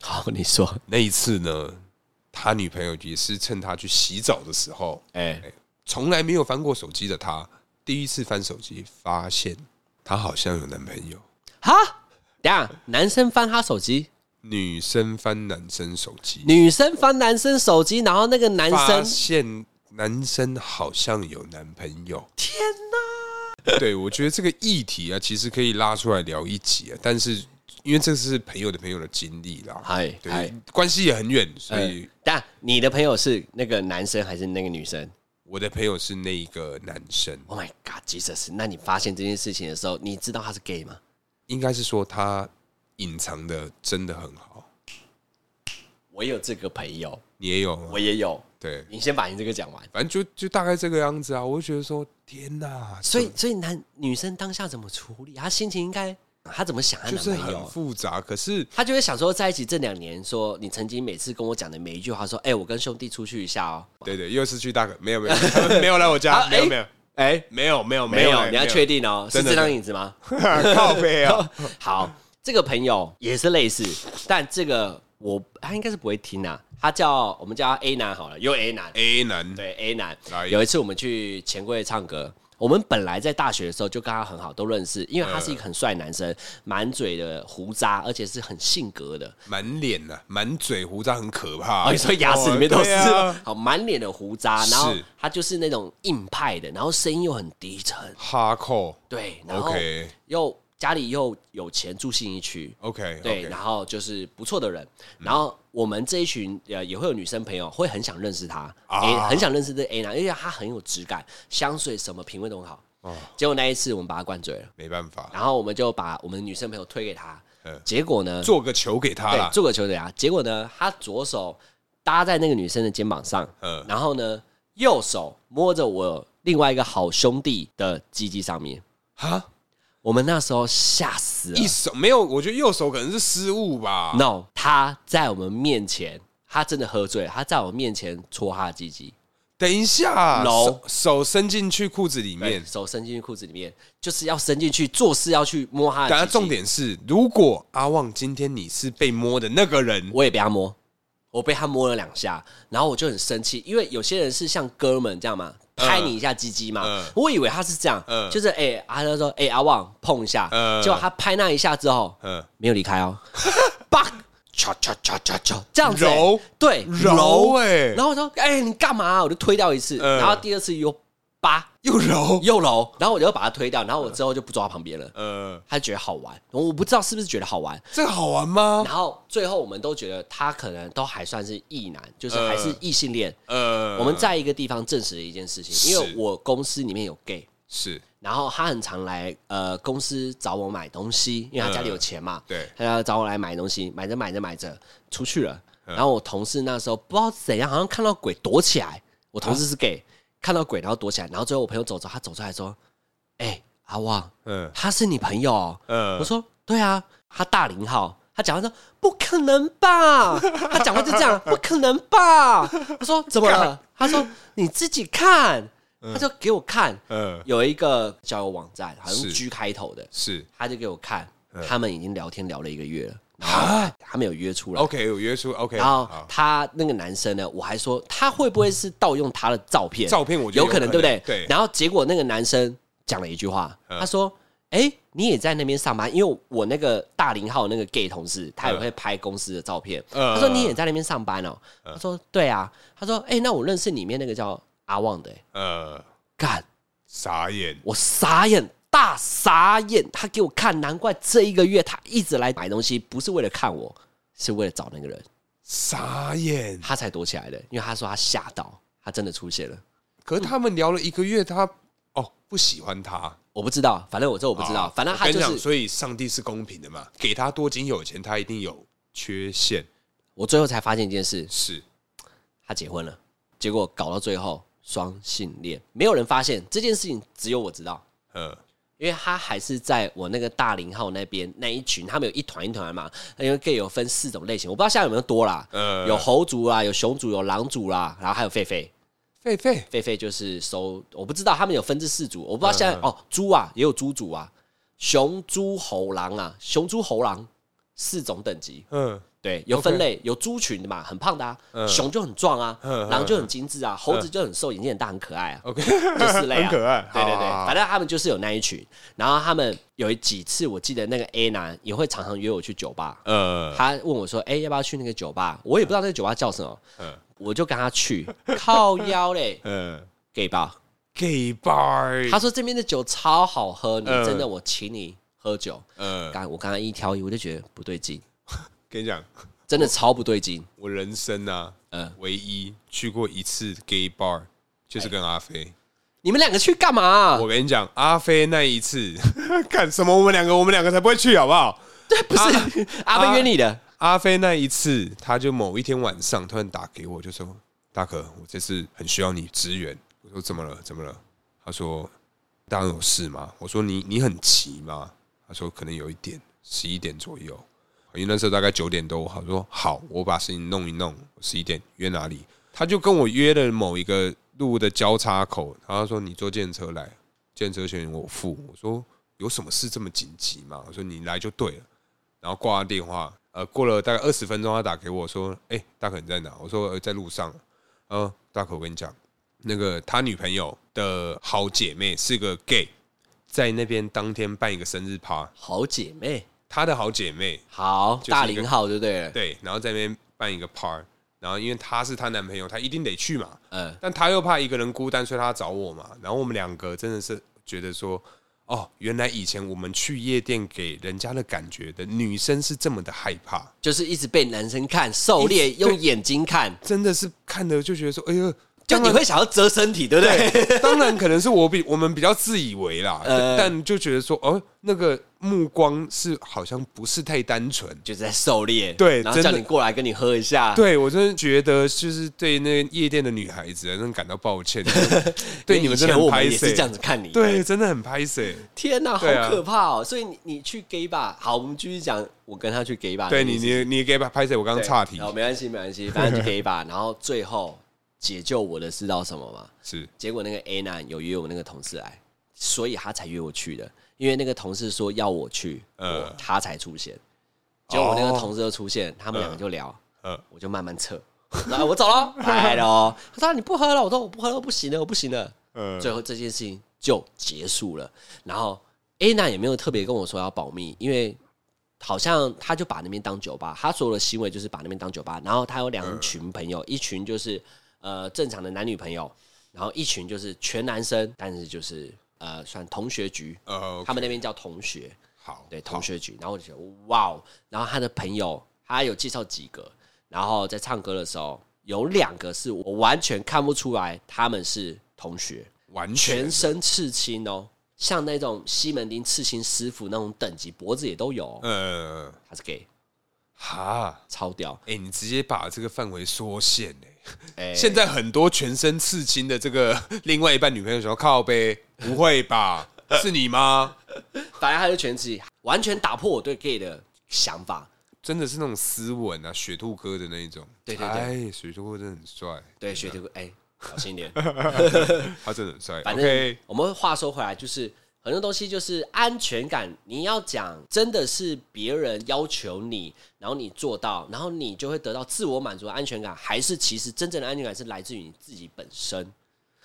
[SPEAKER 1] 好，你说，
[SPEAKER 2] 那一次呢，他女朋友也是趁他去洗澡的时候，
[SPEAKER 1] 哎，
[SPEAKER 2] 从来没有翻过手机的他，第一次翻手机，发现他好像有男朋友。
[SPEAKER 1] 哈，等一下男生翻他手机，
[SPEAKER 2] 女生翻男生手机，
[SPEAKER 1] 女生翻男生手机，然后那个男
[SPEAKER 2] 发
[SPEAKER 1] 生
[SPEAKER 2] 现男生好像有男朋友。天哪！对，我觉得这个议题啊，其实可以拉出来聊一集啊，但是因为这是朋友的朋友的经历啦，
[SPEAKER 1] 嗨嗨
[SPEAKER 2] 对。，关系也很远，所以
[SPEAKER 1] 嗯，但你的朋友是那个男生还是那个女生
[SPEAKER 2] 我的朋友是那一个男生，
[SPEAKER 1] ？Oh my god, Jesus！那你发现这件事情的时候，你知道他是 gay 吗？
[SPEAKER 2] 应该是说他隐藏的真的很好。
[SPEAKER 1] 我有这个朋友，
[SPEAKER 2] 你也有吗
[SPEAKER 1] 我？也有。
[SPEAKER 2] 对，
[SPEAKER 1] 你先把你这个讲完。
[SPEAKER 2] 反正就就大概这个样子啊。我就觉得说，天哪，
[SPEAKER 1] 所以，所以男女生当下怎么处理？她心情应该，她怎么想她
[SPEAKER 2] 就
[SPEAKER 1] 男
[SPEAKER 2] 是
[SPEAKER 1] 朋
[SPEAKER 2] 很
[SPEAKER 1] 友？
[SPEAKER 2] 复杂。可是
[SPEAKER 1] 她就会想说，在一起这两年，说你曾经每次跟我讲的每一句话，说，哎、我跟兄弟出去一下哦。
[SPEAKER 2] 对对，又是去大哥，没有没有， 他们没有来我家，
[SPEAKER 1] 啊
[SPEAKER 2] 没有
[SPEAKER 1] 哎
[SPEAKER 2] 没有
[SPEAKER 1] 哎、
[SPEAKER 2] 没有没有
[SPEAKER 1] 没有，
[SPEAKER 2] 哎
[SPEAKER 1] 你要确定哦，是
[SPEAKER 2] 真的
[SPEAKER 1] 这张椅子吗？
[SPEAKER 2] 靠 背啊，
[SPEAKER 1] 好，这个朋友也是类似，但这个我他应该是不会听啊。他叫我们叫他 A 男好了，又 A 男，
[SPEAKER 2] A 男
[SPEAKER 1] 对 A 男
[SPEAKER 2] 来。
[SPEAKER 1] 有一次我们去钱柜唱歌，我们本来在大学的时候就跟他很好，都认识，因为他是
[SPEAKER 2] 嗯
[SPEAKER 1] 一个很帅的男生，满嘴的胡渣，而且是很性格的。
[SPEAKER 2] 满脸呐，满嘴胡渣很可怕。
[SPEAKER 1] 哦，你说牙齿里面都是
[SPEAKER 2] 哎对啊
[SPEAKER 1] 吗， 好满脸的胡渣，然后
[SPEAKER 2] 是
[SPEAKER 1] 他就是那种硬派的，然后声音又很低沉，
[SPEAKER 2] 哈扣
[SPEAKER 1] 对，然后
[SPEAKER 2] ，OK
[SPEAKER 1] 又家里又有钱，住信义区，
[SPEAKER 2] OK 嗯
[SPEAKER 1] 对，然后就是不错的人，然后我们这一群呃也会有女生朋友会很想认识他，
[SPEAKER 2] 啊
[SPEAKER 1] 也很想认识这个 A 男，因为他很有质感，香水什么品味都很好。
[SPEAKER 2] 哦
[SPEAKER 1] 结果那一次我们把他灌醉了，
[SPEAKER 2] 没办法，
[SPEAKER 1] 然后我们就把我们女生朋友推给他
[SPEAKER 2] 嗯，
[SPEAKER 1] 结果呢，
[SPEAKER 2] 做个球给他
[SPEAKER 1] 对，
[SPEAKER 2] 啦。
[SPEAKER 1] 做个球给他，结果呢，他左手搭在那个女生的肩膀上，
[SPEAKER 2] 嗯，
[SPEAKER 1] 然后呢，右手摸着我另外一个好兄弟的鸡鸡上面，
[SPEAKER 2] 哈，
[SPEAKER 1] 我们那时候吓死了
[SPEAKER 2] 一，手没有，我觉得右手可能是失误吧。
[SPEAKER 1] No，他在我们面前，他真的喝醉了，他在我面前搓他的鸡鸡，
[SPEAKER 2] 等一下，
[SPEAKER 1] No
[SPEAKER 2] 手手伸进去裤子里面。
[SPEAKER 1] 手伸进去裤子里面，就是要伸进去做事，要去摸他的
[SPEAKER 2] 等下，
[SPEAKER 1] 鸡鸡。
[SPEAKER 2] 重，点是，如果阿旺今天你是被摸的那个人，
[SPEAKER 1] 我也被他摸，我被他摸了两下，然后我就很生气，因为有些人是像哥们这样嘛，拍你一下鸡鸡嘛，
[SPEAKER 2] 嗯
[SPEAKER 1] 我以为他是这样，
[SPEAKER 2] 嗯
[SPEAKER 1] 就是哎、阿乐说哎、阿旺碰一下，
[SPEAKER 2] 嗯
[SPEAKER 1] 结果他拍那一下之后
[SPEAKER 2] 嗯，
[SPEAKER 1] 没有离开哦，啪，敲敲敲敲敲，这样子、欸、
[SPEAKER 2] 揉
[SPEAKER 1] 对
[SPEAKER 2] 揉哎
[SPEAKER 1] 然后我说：“哎、你干嘛、我就推掉一次，
[SPEAKER 2] 嗯
[SPEAKER 1] 然后第二次又扒
[SPEAKER 2] 又揉，
[SPEAKER 1] 又揉，然后我就把它推掉，然后我之后就不抓旁边了。
[SPEAKER 2] 呃，
[SPEAKER 1] 他觉得好玩，我不知道是不是觉得好玩。
[SPEAKER 2] 这个好玩吗？
[SPEAKER 1] 然后最后我们都觉得他可能都还算是异男，就是还是异性恋。
[SPEAKER 2] 呃，
[SPEAKER 1] 我们在一个地方证实了一件事情，因为
[SPEAKER 2] 是
[SPEAKER 1] 我公司里面有 gay，
[SPEAKER 2] 是
[SPEAKER 1] 然后他很常来呃公司找我买东西，因为他家里有钱嘛，
[SPEAKER 2] 对
[SPEAKER 1] 他要找我来买东西，买着买着买着出去了，然后我同事那时候不知道怎样，好像看到鬼躲起来，我同事是 gay，、看到鬼然后躲起来，然后最后我朋友走之后，他走出来说：“哎、阿旺，
[SPEAKER 2] 嗯
[SPEAKER 1] 他是你朋友哦、我
[SPEAKER 2] 呃，
[SPEAKER 1] 说：“对啊，他大零号。”他讲话说：“不可能吧？”他讲话就这样：“不可能吧？”他说：“怎么了？”他说：“你自己看。”他就给我看，
[SPEAKER 2] 呃，
[SPEAKER 1] 有一个交友网站，好像
[SPEAKER 2] 是嗯
[SPEAKER 1] G 开头的，
[SPEAKER 2] 是
[SPEAKER 1] 他就给我看，他们已经聊天聊了一个月了，然后他们有约出来。
[SPEAKER 2] OK，有约出 OK，
[SPEAKER 1] 然后
[SPEAKER 2] 好
[SPEAKER 1] 他那个男生呢，我还说他会不会是盗用他的照片？
[SPEAKER 2] 照片我觉得
[SPEAKER 1] 有可能，对不对？
[SPEAKER 2] 对嗯
[SPEAKER 1] 然后结果那个男生讲了一句话，他说：“哎，你也在那边上班？因为我那个大零号那个 gay 同事，他也会拍公司的照片。
[SPEAKER 2] 嗯
[SPEAKER 1] 他说你也在那边上班哦？他说对啊。他说哎，那我认识里面那个叫阿旺的、欸，
[SPEAKER 2] 呃，
[SPEAKER 1] 干，
[SPEAKER 2] 傻眼，
[SPEAKER 1] 我傻眼。”大傻眼，他给我看，难怪这一个月他一直来买东西，不是为了看我，是为了找那个人。
[SPEAKER 2] 傻眼。
[SPEAKER 1] 他才躲起来的，因为他说他吓到，他真的出现了。
[SPEAKER 2] 可是他们聊了一个月，他哦不喜欢他，
[SPEAKER 1] 我不知道，反正我这我不知道，
[SPEAKER 2] 啊
[SPEAKER 1] 反正
[SPEAKER 2] 我
[SPEAKER 1] 他
[SPEAKER 2] 跟
[SPEAKER 1] 就
[SPEAKER 2] 你讲
[SPEAKER 1] 是
[SPEAKER 2] 所以上帝是公平的嘛，给他多金有钱，他一定有缺陷，
[SPEAKER 1] 我最后才发现一件事，
[SPEAKER 2] 是
[SPEAKER 1] 他结婚了，结果搞到最后双性恋，没有人发现这件事情，只有我知道，
[SPEAKER 2] 呃
[SPEAKER 1] 因为他还是在我那个大零号那边那一群，他们有一团一团嘛，因为 gay 有分四种类型，我不知道现在有没有多啦，
[SPEAKER 2] 呃，
[SPEAKER 1] 有猴族啦，有熊族，有狼族啦，然后还有狒狒。
[SPEAKER 2] 狒狒
[SPEAKER 1] 狒狒就是收，我不知道他们有分支四组，我不知道现
[SPEAKER 2] 嗯
[SPEAKER 1] 在、哦，猪啊也有猪族啊，熊、猪、猴、狼啊，熊、猪、猴、狼四种等级，
[SPEAKER 2] 嗯
[SPEAKER 1] 对，有分类，有猪群的嘛，很胖的啊，熊就很壮啊，
[SPEAKER 2] 嗯嗯
[SPEAKER 1] 狼就很精致啊，猴子就很瘦，眼睛很大，很可 爱啊，
[SPEAKER 2] ，OK，
[SPEAKER 1] 就四类啊，
[SPEAKER 2] 很可爱
[SPEAKER 1] 对对对，
[SPEAKER 2] 好好好
[SPEAKER 1] 反正他们就是有那一群，然后他们有几次我记得那个 A 男也会常常约我去酒吧，
[SPEAKER 2] 呃
[SPEAKER 1] 他问我说：“哎、要不要去那个酒吧？”我也不知道那个酒吧叫什么，
[SPEAKER 2] 嗯
[SPEAKER 1] 我就跟他去，靠腰嘞
[SPEAKER 2] 呃
[SPEAKER 1] ，gay bar。
[SPEAKER 2] ，gay bar，
[SPEAKER 1] 他说这边的酒超好喝，你
[SPEAKER 2] 嗯
[SPEAKER 1] 真的我请你喝酒。
[SPEAKER 2] 呃，
[SPEAKER 1] 刚我刚刚一挑一，我就觉得不对劲，
[SPEAKER 2] 跟你讲，
[SPEAKER 1] 真的超不对劲。
[SPEAKER 2] 我人生啊，
[SPEAKER 1] 嗯
[SPEAKER 2] 唯一去过一次 gay bar，就是跟阿飞。
[SPEAKER 1] 你们两个去干嘛、
[SPEAKER 2] 我跟你讲，阿飞那一次， 干什么？我们两个，我们两个才不会去，好不好？
[SPEAKER 1] 对，不是阿飞约你的，
[SPEAKER 2] 阿飞那一次，他就某一天晚上突然打给我，就说：“大可，我这次很需要你支援。”我说：“怎么了？怎么了？”他说：“大人有事吗？”我说：“你你很急吗？”他说：“可能有一点，十一点左右。”因为那时候大概九点多，我说：“好，我把事情弄一弄，十一点约哪里？”他就跟我约了某一个路的交叉口，然后他说：“你坐电车来，电车钱我付。”我说：“有什么事这么紧急吗？”我说：“你来就对了。”然后挂了电话。呃，过了大概二十分钟，他打给我说：“哎、大可你在哪？”我说：“呃，在路上。”呃，大可我跟你讲，那个他女朋友的好姐妹是个 gay，在那边当天办一个生日趴，
[SPEAKER 1] 好姐妹，
[SPEAKER 2] 他的好姐妹
[SPEAKER 1] 好
[SPEAKER 2] 就是一个
[SPEAKER 1] 大零号，对不对？
[SPEAKER 2] 对，然后在那边办一个 part，然后因为她是她男朋友，她一定得去嘛，
[SPEAKER 1] 嗯，
[SPEAKER 2] 但她又怕一个人孤单，所以她找我嘛。然后我们两个真的是觉得说，哦，原来以前我们去夜店给人家的感觉的女生是这么的害怕。
[SPEAKER 1] 就是一直被男生看，狩猎
[SPEAKER 2] 一直
[SPEAKER 1] 用眼睛看，
[SPEAKER 2] 真的是看的就觉得说，哎呦，
[SPEAKER 1] 就
[SPEAKER 2] 当
[SPEAKER 1] 你
[SPEAKER 2] 然
[SPEAKER 1] 会想要遮身体，对不对？
[SPEAKER 2] 对，当然可能是我比我们比较自以为啦，
[SPEAKER 1] 呃
[SPEAKER 2] 但就觉得说，哦，那个目光是好像不是太单纯。
[SPEAKER 1] 就是在狩猎，
[SPEAKER 2] 对
[SPEAKER 1] 然后叫
[SPEAKER 2] 真的
[SPEAKER 1] 你过来跟你喝一下，
[SPEAKER 2] 对我真的觉得，就是对那夜店的女孩子，真的感到 抱歉。对你们真的
[SPEAKER 1] 因为以前
[SPEAKER 2] 很
[SPEAKER 1] 我们
[SPEAKER 2] 拍
[SPEAKER 1] 也是
[SPEAKER 2] 谁
[SPEAKER 1] 这？样子看你，
[SPEAKER 2] 对，真的很拍谁？
[SPEAKER 1] 天哪，好
[SPEAKER 2] 对啊
[SPEAKER 1] 可怕哦！所以你你去 gay 吧，好，我们继续讲，我跟他去 gay 吧，
[SPEAKER 2] 对你，你你给拍谁？我刚刚岔题
[SPEAKER 1] 然，后没关系，没关系，反正就 gay 吧。 然后最后解救我的是到什么嘛？
[SPEAKER 2] 是
[SPEAKER 1] 结果那个 A 男有约我那个同事来，所以他才约我去的，因为那个同事说要我去，
[SPEAKER 2] 嗯
[SPEAKER 1] 我他才出现。结果我那个同事就出
[SPEAKER 2] 哦
[SPEAKER 1] 现，他们两个就聊，
[SPEAKER 2] 嗯
[SPEAKER 1] 我就慢慢撤，来我走了，拜喽。他说你不喝了，我说我不喝了，我不行了，我不行了。
[SPEAKER 2] 嗯
[SPEAKER 1] 最后这件事情就结束了。然后 A 娜也没有特别跟我说要保密，因为好像他就把那边当酒吧，他所有的行为就是把那边当酒吧。然后他有两群朋
[SPEAKER 2] 嗯
[SPEAKER 1] 友，一群就是呃正常的男女朋友，然后一群就是全男生，但是就是呃算同学局，
[SPEAKER 2] 呃，
[SPEAKER 1] 他们那边叫同学。
[SPEAKER 2] 好，
[SPEAKER 1] 对
[SPEAKER 2] 好
[SPEAKER 1] 同学局，然后我就觉得哇哦，然后他的朋友他有介绍几个，然后在唱歌的时候有两个是我完全看不出来他们是同学，
[SPEAKER 2] 完全
[SPEAKER 1] 全身刺青哦，像那种西门町刺青师傅那种等级，脖子也都有哦、
[SPEAKER 2] 呃，
[SPEAKER 1] 他是 gay，
[SPEAKER 2] 哈，
[SPEAKER 1] 超屌，
[SPEAKER 2] 哎，你直接把这个范围缩限哎。
[SPEAKER 1] 哎、
[SPEAKER 2] 现在很多全身刺青的这个 另外一半女朋友说靠呗，不会 吧？是你吗？
[SPEAKER 1] 反正他就全刺，完全打破我对 gay 的想法。
[SPEAKER 2] 真的是那种斯文啊，雪兔哥的那一种。
[SPEAKER 1] 对对对
[SPEAKER 2] 哎，雪兔哥真的 很帅，
[SPEAKER 1] 对，学弟，哎、小心一点。
[SPEAKER 2] 他真的很帅。
[SPEAKER 1] 反
[SPEAKER 2] OK，
[SPEAKER 1] 正我们话说回来，就是很多东西就是安全感，你要讲真的是别人要求你，然后你做到，然后你就会得到自我满足的安全感，还是其实真正的安全感是来自于你自己本身？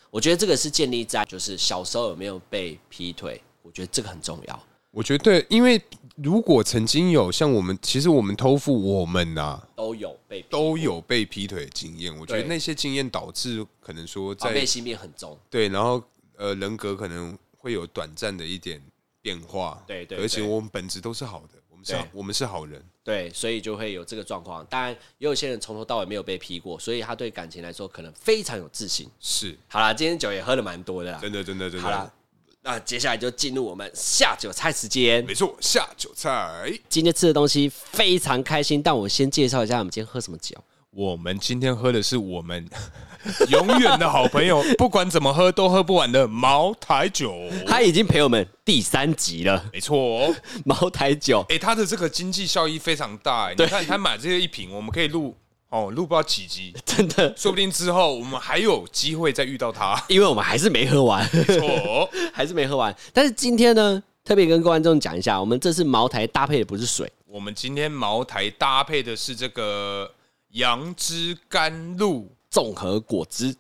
[SPEAKER 1] 我觉得这个是建立在就是小时候有没有被劈腿，我觉得这个很重要。
[SPEAKER 2] 我觉得，因为如果曾经有像我们，其实我们偷富，我们呐、
[SPEAKER 1] 都有被劈
[SPEAKER 2] 都有被劈腿的经验。我觉得
[SPEAKER 1] 对哦
[SPEAKER 2] 那些经验导致可能说
[SPEAKER 1] 防
[SPEAKER 2] 在
[SPEAKER 1] 备心变很重，
[SPEAKER 2] 对，然后呃人格可能会有短暂的一点变化。
[SPEAKER 1] 对对
[SPEAKER 2] 而且
[SPEAKER 1] 对
[SPEAKER 2] 我们本质都是好的，我们是好
[SPEAKER 1] 对
[SPEAKER 2] 我们是好人。
[SPEAKER 1] 对，所以就会有这个状况。当然，也有些人从头到尾没有被劈过，所以他对感情来说可能非常有自信。
[SPEAKER 2] 是
[SPEAKER 1] 好啦，今天酒也喝了蛮多的啦。
[SPEAKER 2] 真的，真的，真
[SPEAKER 1] 好啦
[SPEAKER 2] 的，，
[SPEAKER 1] 那接下来就进入我们下酒菜时间。
[SPEAKER 2] 没错。下酒菜，
[SPEAKER 1] 今天吃的东西非常开心，但我先介绍一下我们今天喝什么酒。
[SPEAKER 2] 我们今天喝的是我 们永远的好朋 友，不管怎么喝都喝不完的茅台酒。
[SPEAKER 1] 他已经陪我们第三集了，
[SPEAKER 2] 没错、哦，
[SPEAKER 1] 茅台酒。
[SPEAKER 2] 哎、它的这个经济效益非常大、欸。你看，他买这些一瓶，我们可以录哦，录不到几 集，
[SPEAKER 1] 真的，
[SPEAKER 2] 说不定之后我们还有机会再遇到他。
[SPEAKER 1] 因为我们还是没喝完，
[SPEAKER 2] 哦，
[SPEAKER 1] 还是没喝完。但是今天呢，特别跟各位观众讲一下，我们这次茅台搭配的不是水，
[SPEAKER 2] 我们今天茅台搭配的是这个杨枝甘露，
[SPEAKER 1] 综合果汁，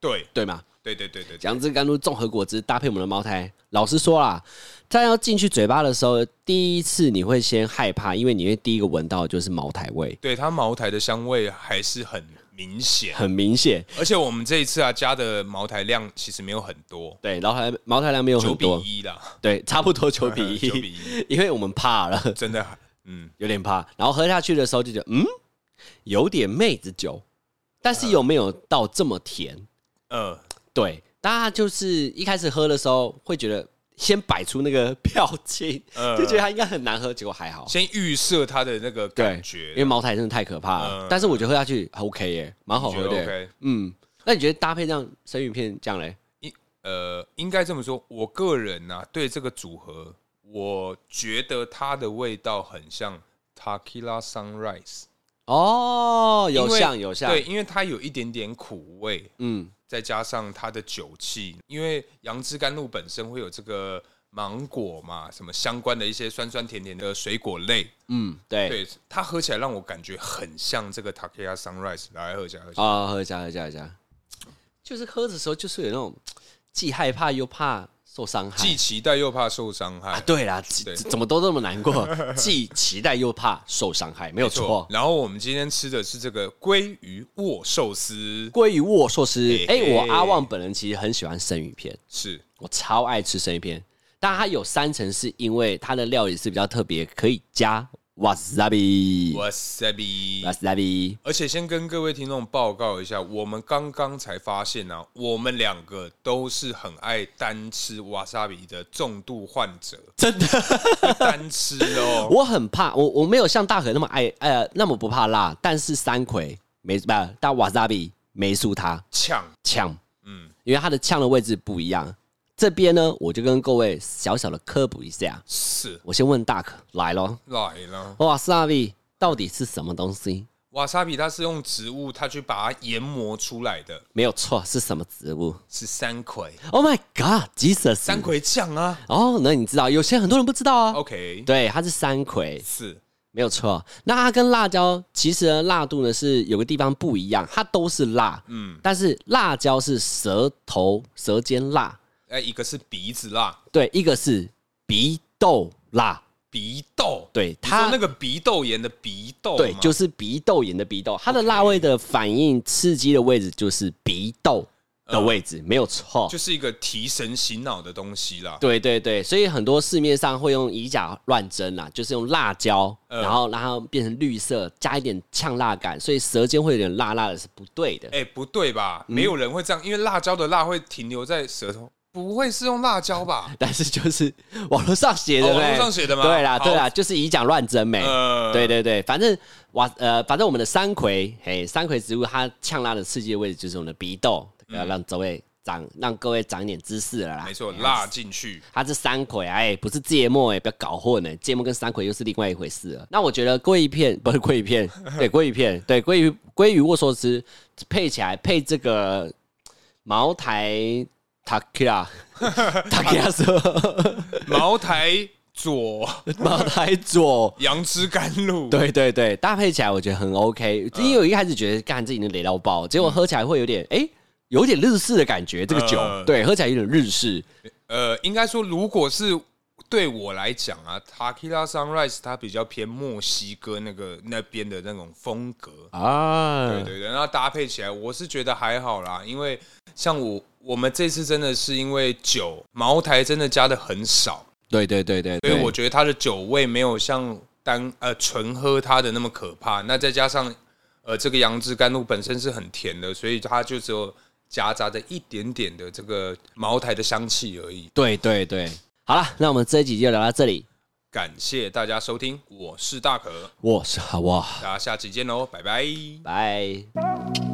[SPEAKER 2] 对，
[SPEAKER 1] 对吗？
[SPEAKER 2] 对对对对对，
[SPEAKER 1] 杨枝甘露综合果汁搭配我们的茅台。老实说啦，在要进去嘴巴的时候，第一次你会先害怕，因为你会第一个闻到的就是茅台味，
[SPEAKER 2] 对它茅台的香味还是很明显。
[SPEAKER 1] 很明显。
[SPEAKER 2] 而且我们这一次啊，加的茅台量其实没有很多，
[SPEAKER 1] 对，茅台茅台量没有
[SPEAKER 2] 九
[SPEAKER 1] 很
[SPEAKER 2] 比
[SPEAKER 1] 多，
[SPEAKER 2] 一啦，
[SPEAKER 1] 对，差不多 九比
[SPEAKER 2] 九比
[SPEAKER 1] 一，
[SPEAKER 2] 一，
[SPEAKER 1] 因为我们怕了，
[SPEAKER 2] 真的，嗯，
[SPEAKER 1] 有点怕。然后喝下去的时候就觉得，嗯，有点妹子酒，但
[SPEAKER 2] 嗯
[SPEAKER 1] 是有没有到这么甜？
[SPEAKER 2] 呃，
[SPEAKER 1] 对，大家就是一开始喝的时候会觉得，先摆出那个 表情，
[SPEAKER 2] 呃
[SPEAKER 1] 就觉得它应该很难喝，结果还好。
[SPEAKER 2] 先预设它的那个
[SPEAKER 1] 对
[SPEAKER 2] 感，
[SPEAKER 1] 因
[SPEAKER 2] 觉
[SPEAKER 1] 为，茅台真的太可怕了，
[SPEAKER 2] 嗯
[SPEAKER 1] 但是我觉得喝下去还 OK 耶，蛮好喝
[SPEAKER 2] 觉
[SPEAKER 1] 的
[SPEAKER 2] 得
[SPEAKER 1] 耶。
[SPEAKER 2] OK，
[SPEAKER 1] 嗯，那你觉得搭配这样生鱼片这样嘞？
[SPEAKER 2] 呃，应该这么说，我个人呢、对这个组合，我觉得它的味道很像 Tequila Sunrise，
[SPEAKER 1] 哦，有
[SPEAKER 2] 因为
[SPEAKER 1] 像有像，
[SPEAKER 2] 对，因为它有一点点苦味，
[SPEAKER 1] 嗯，
[SPEAKER 2] 再加上它的酒气，因为杨枝甘露本身会有这个芒果嘛，什么相关的一些酸酸甜甜的水果类，
[SPEAKER 1] 嗯，对，
[SPEAKER 2] 对它喝起来让我感觉很像这个 Takaya Sunrise，来喝一下，喝一下。
[SPEAKER 1] 啊，喝一下，喝一下，喝一下，就是喝的时候就是有那种既害怕又怕受伤害
[SPEAKER 2] 既期待又怕受伤害，
[SPEAKER 1] 啊，对啦，既
[SPEAKER 2] 对
[SPEAKER 1] 怎么都这么难 过，既期待又怕受伤害，没有错。
[SPEAKER 2] 然后我们今天吃的是这个鲑鱼握寿司，
[SPEAKER 1] 鲑鱼握寿司，哎、
[SPEAKER 2] 嘿嘿
[SPEAKER 1] 我阿旺本人其实很喜欢生鱼片，
[SPEAKER 2] 是
[SPEAKER 1] 我超爱吃生鱼片，但它有三层是因为它的料理是比较特别，可以加 wasabi，wasabi。
[SPEAKER 2] wasabi。而且先跟各位听众报告一下，我们刚刚才发现啊，我们两个都是很爱单吃 wasabi 的重度患者，
[SPEAKER 1] 真的，
[SPEAKER 2] 单吃 哦。
[SPEAKER 1] 我很怕，我我没有像大可那么爱，呃，那么不怕辣，但是三葵没不，但 wasabi 没输它
[SPEAKER 2] 呛，
[SPEAKER 1] 呛，
[SPEAKER 2] 嗯，
[SPEAKER 1] 因为它的呛的位置不一样。这边呢，我就跟各位小小的科普一下。
[SPEAKER 2] 是
[SPEAKER 1] 我先问大可来咯
[SPEAKER 2] 来了。
[SPEAKER 1] ，wasabi 到底是什么东西？
[SPEAKER 2] 瓦萨比它是用植物，它去把它研磨出来的，
[SPEAKER 1] 没有错，是什么植物
[SPEAKER 2] 是山葵，
[SPEAKER 1] ？Oh my God，Jesus！
[SPEAKER 2] 山葵酱啊。
[SPEAKER 1] 哦，那你知道，有些很多人不知道啊。
[SPEAKER 2] OK，
[SPEAKER 1] 对，它是山葵，
[SPEAKER 2] 是
[SPEAKER 1] 没有错。那它跟辣椒其实呢辣度呢是有个地方不一样，它都是辣，嗯，但是辣椒是舌头舌尖辣，
[SPEAKER 2] 哎，一个是鼻子辣，
[SPEAKER 1] 对，一个是鼻窦辣，
[SPEAKER 2] 鼻窦，
[SPEAKER 1] 对
[SPEAKER 2] 你说
[SPEAKER 1] 它
[SPEAKER 2] 那个鼻窦炎的鼻窦吗，
[SPEAKER 1] 对，就是是鼻窦炎的鼻窦，它的辣味的反应刺激的位置就是鼻窦的位置，没有错。
[SPEAKER 2] 嗯就是一个提神醒脑的东西啦。
[SPEAKER 1] 对对对，所以很多市面上会用以假乱真啦，就是用辣椒，
[SPEAKER 2] 嗯
[SPEAKER 1] 然后让它变成绿色，加一点呛辣感，所以舌尖会有点辣辣的，是不对的。
[SPEAKER 2] 哎，不对吧？
[SPEAKER 1] 嗯
[SPEAKER 2] 没有人会这样，因为辣椒的辣会停留在舌头，不会是用辣椒吧？
[SPEAKER 1] 但是就是网络上写的
[SPEAKER 2] 哦
[SPEAKER 1] 呗，
[SPEAKER 2] 网络上写的吗
[SPEAKER 1] 对啦
[SPEAKER 2] 好
[SPEAKER 1] 对啦，就是以假乱真没。
[SPEAKER 2] 呃，
[SPEAKER 1] 对对对，反正哇呃，反正我们的山葵，嘿，山葵植物它呛辣的刺激的位置就是我们的鼻窦，要让各位长让各位长一点知识了啦。
[SPEAKER 2] 嗯没错，
[SPEAKER 1] 哎
[SPEAKER 2] 辣进去。
[SPEAKER 1] 它是山葵，哎，不是芥末，哎，不要搞混了，芥末跟山葵又是另外一回事了。那我觉得鲑鱼片不是鲑鱼片，对，鲑鱼片，对，鲑鱼鲑鱼握寿司配起来配这个茅台 Takira Takira 说
[SPEAKER 2] 茅台佐
[SPEAKER 1] 马来左。
[SPEAKER 2] 杨枝甘露，，
[SPEAKER 1] 对对对，搭配起来我觉得很 OK，因为
[SPEAKER 2] 嗯
[SPEAKER 1] 我一开始觉得干这已经雷到爆，结果喝起来会有点哎、有点日式的感觉。这个酒、
[SPEAKER 2] 呃
[SPEAKER 1] 对，喝起来有点日式，
[SPEAKER 2] 呃，应该说，如果是对我来讲啊，Takila Sunrise 它比较偏墨西哥那个那边的那种风格，
[SPEAKER 1] 啊，
[SPEAKER 2] 对对对，那搭配起来，我是觉得还好啦，因为像我我们这次真的是因为酒茅台真的加的很少，
[SPEAKER 1] 对对对对
[SPEAKER 2] 所以我觉得它的酒味没有像单呃纯喝它的那么可怕。那再加上呃这个杨枝甘露本身是很甜的，所以它就只有夹杂着一点点的这个茅台的香气而已。
[SPEAKER 1] 对对对。好了，那我们这一集就聊到这里。
[SPEAKER 2] 感谢大家收听，我是大可，
[SPEAKER 1] 我是哇，
[SPEAKER 2] 大家下期见喽，拜拜。
[SPEAKER 1] 拜。
[SPEAKER 3] Thank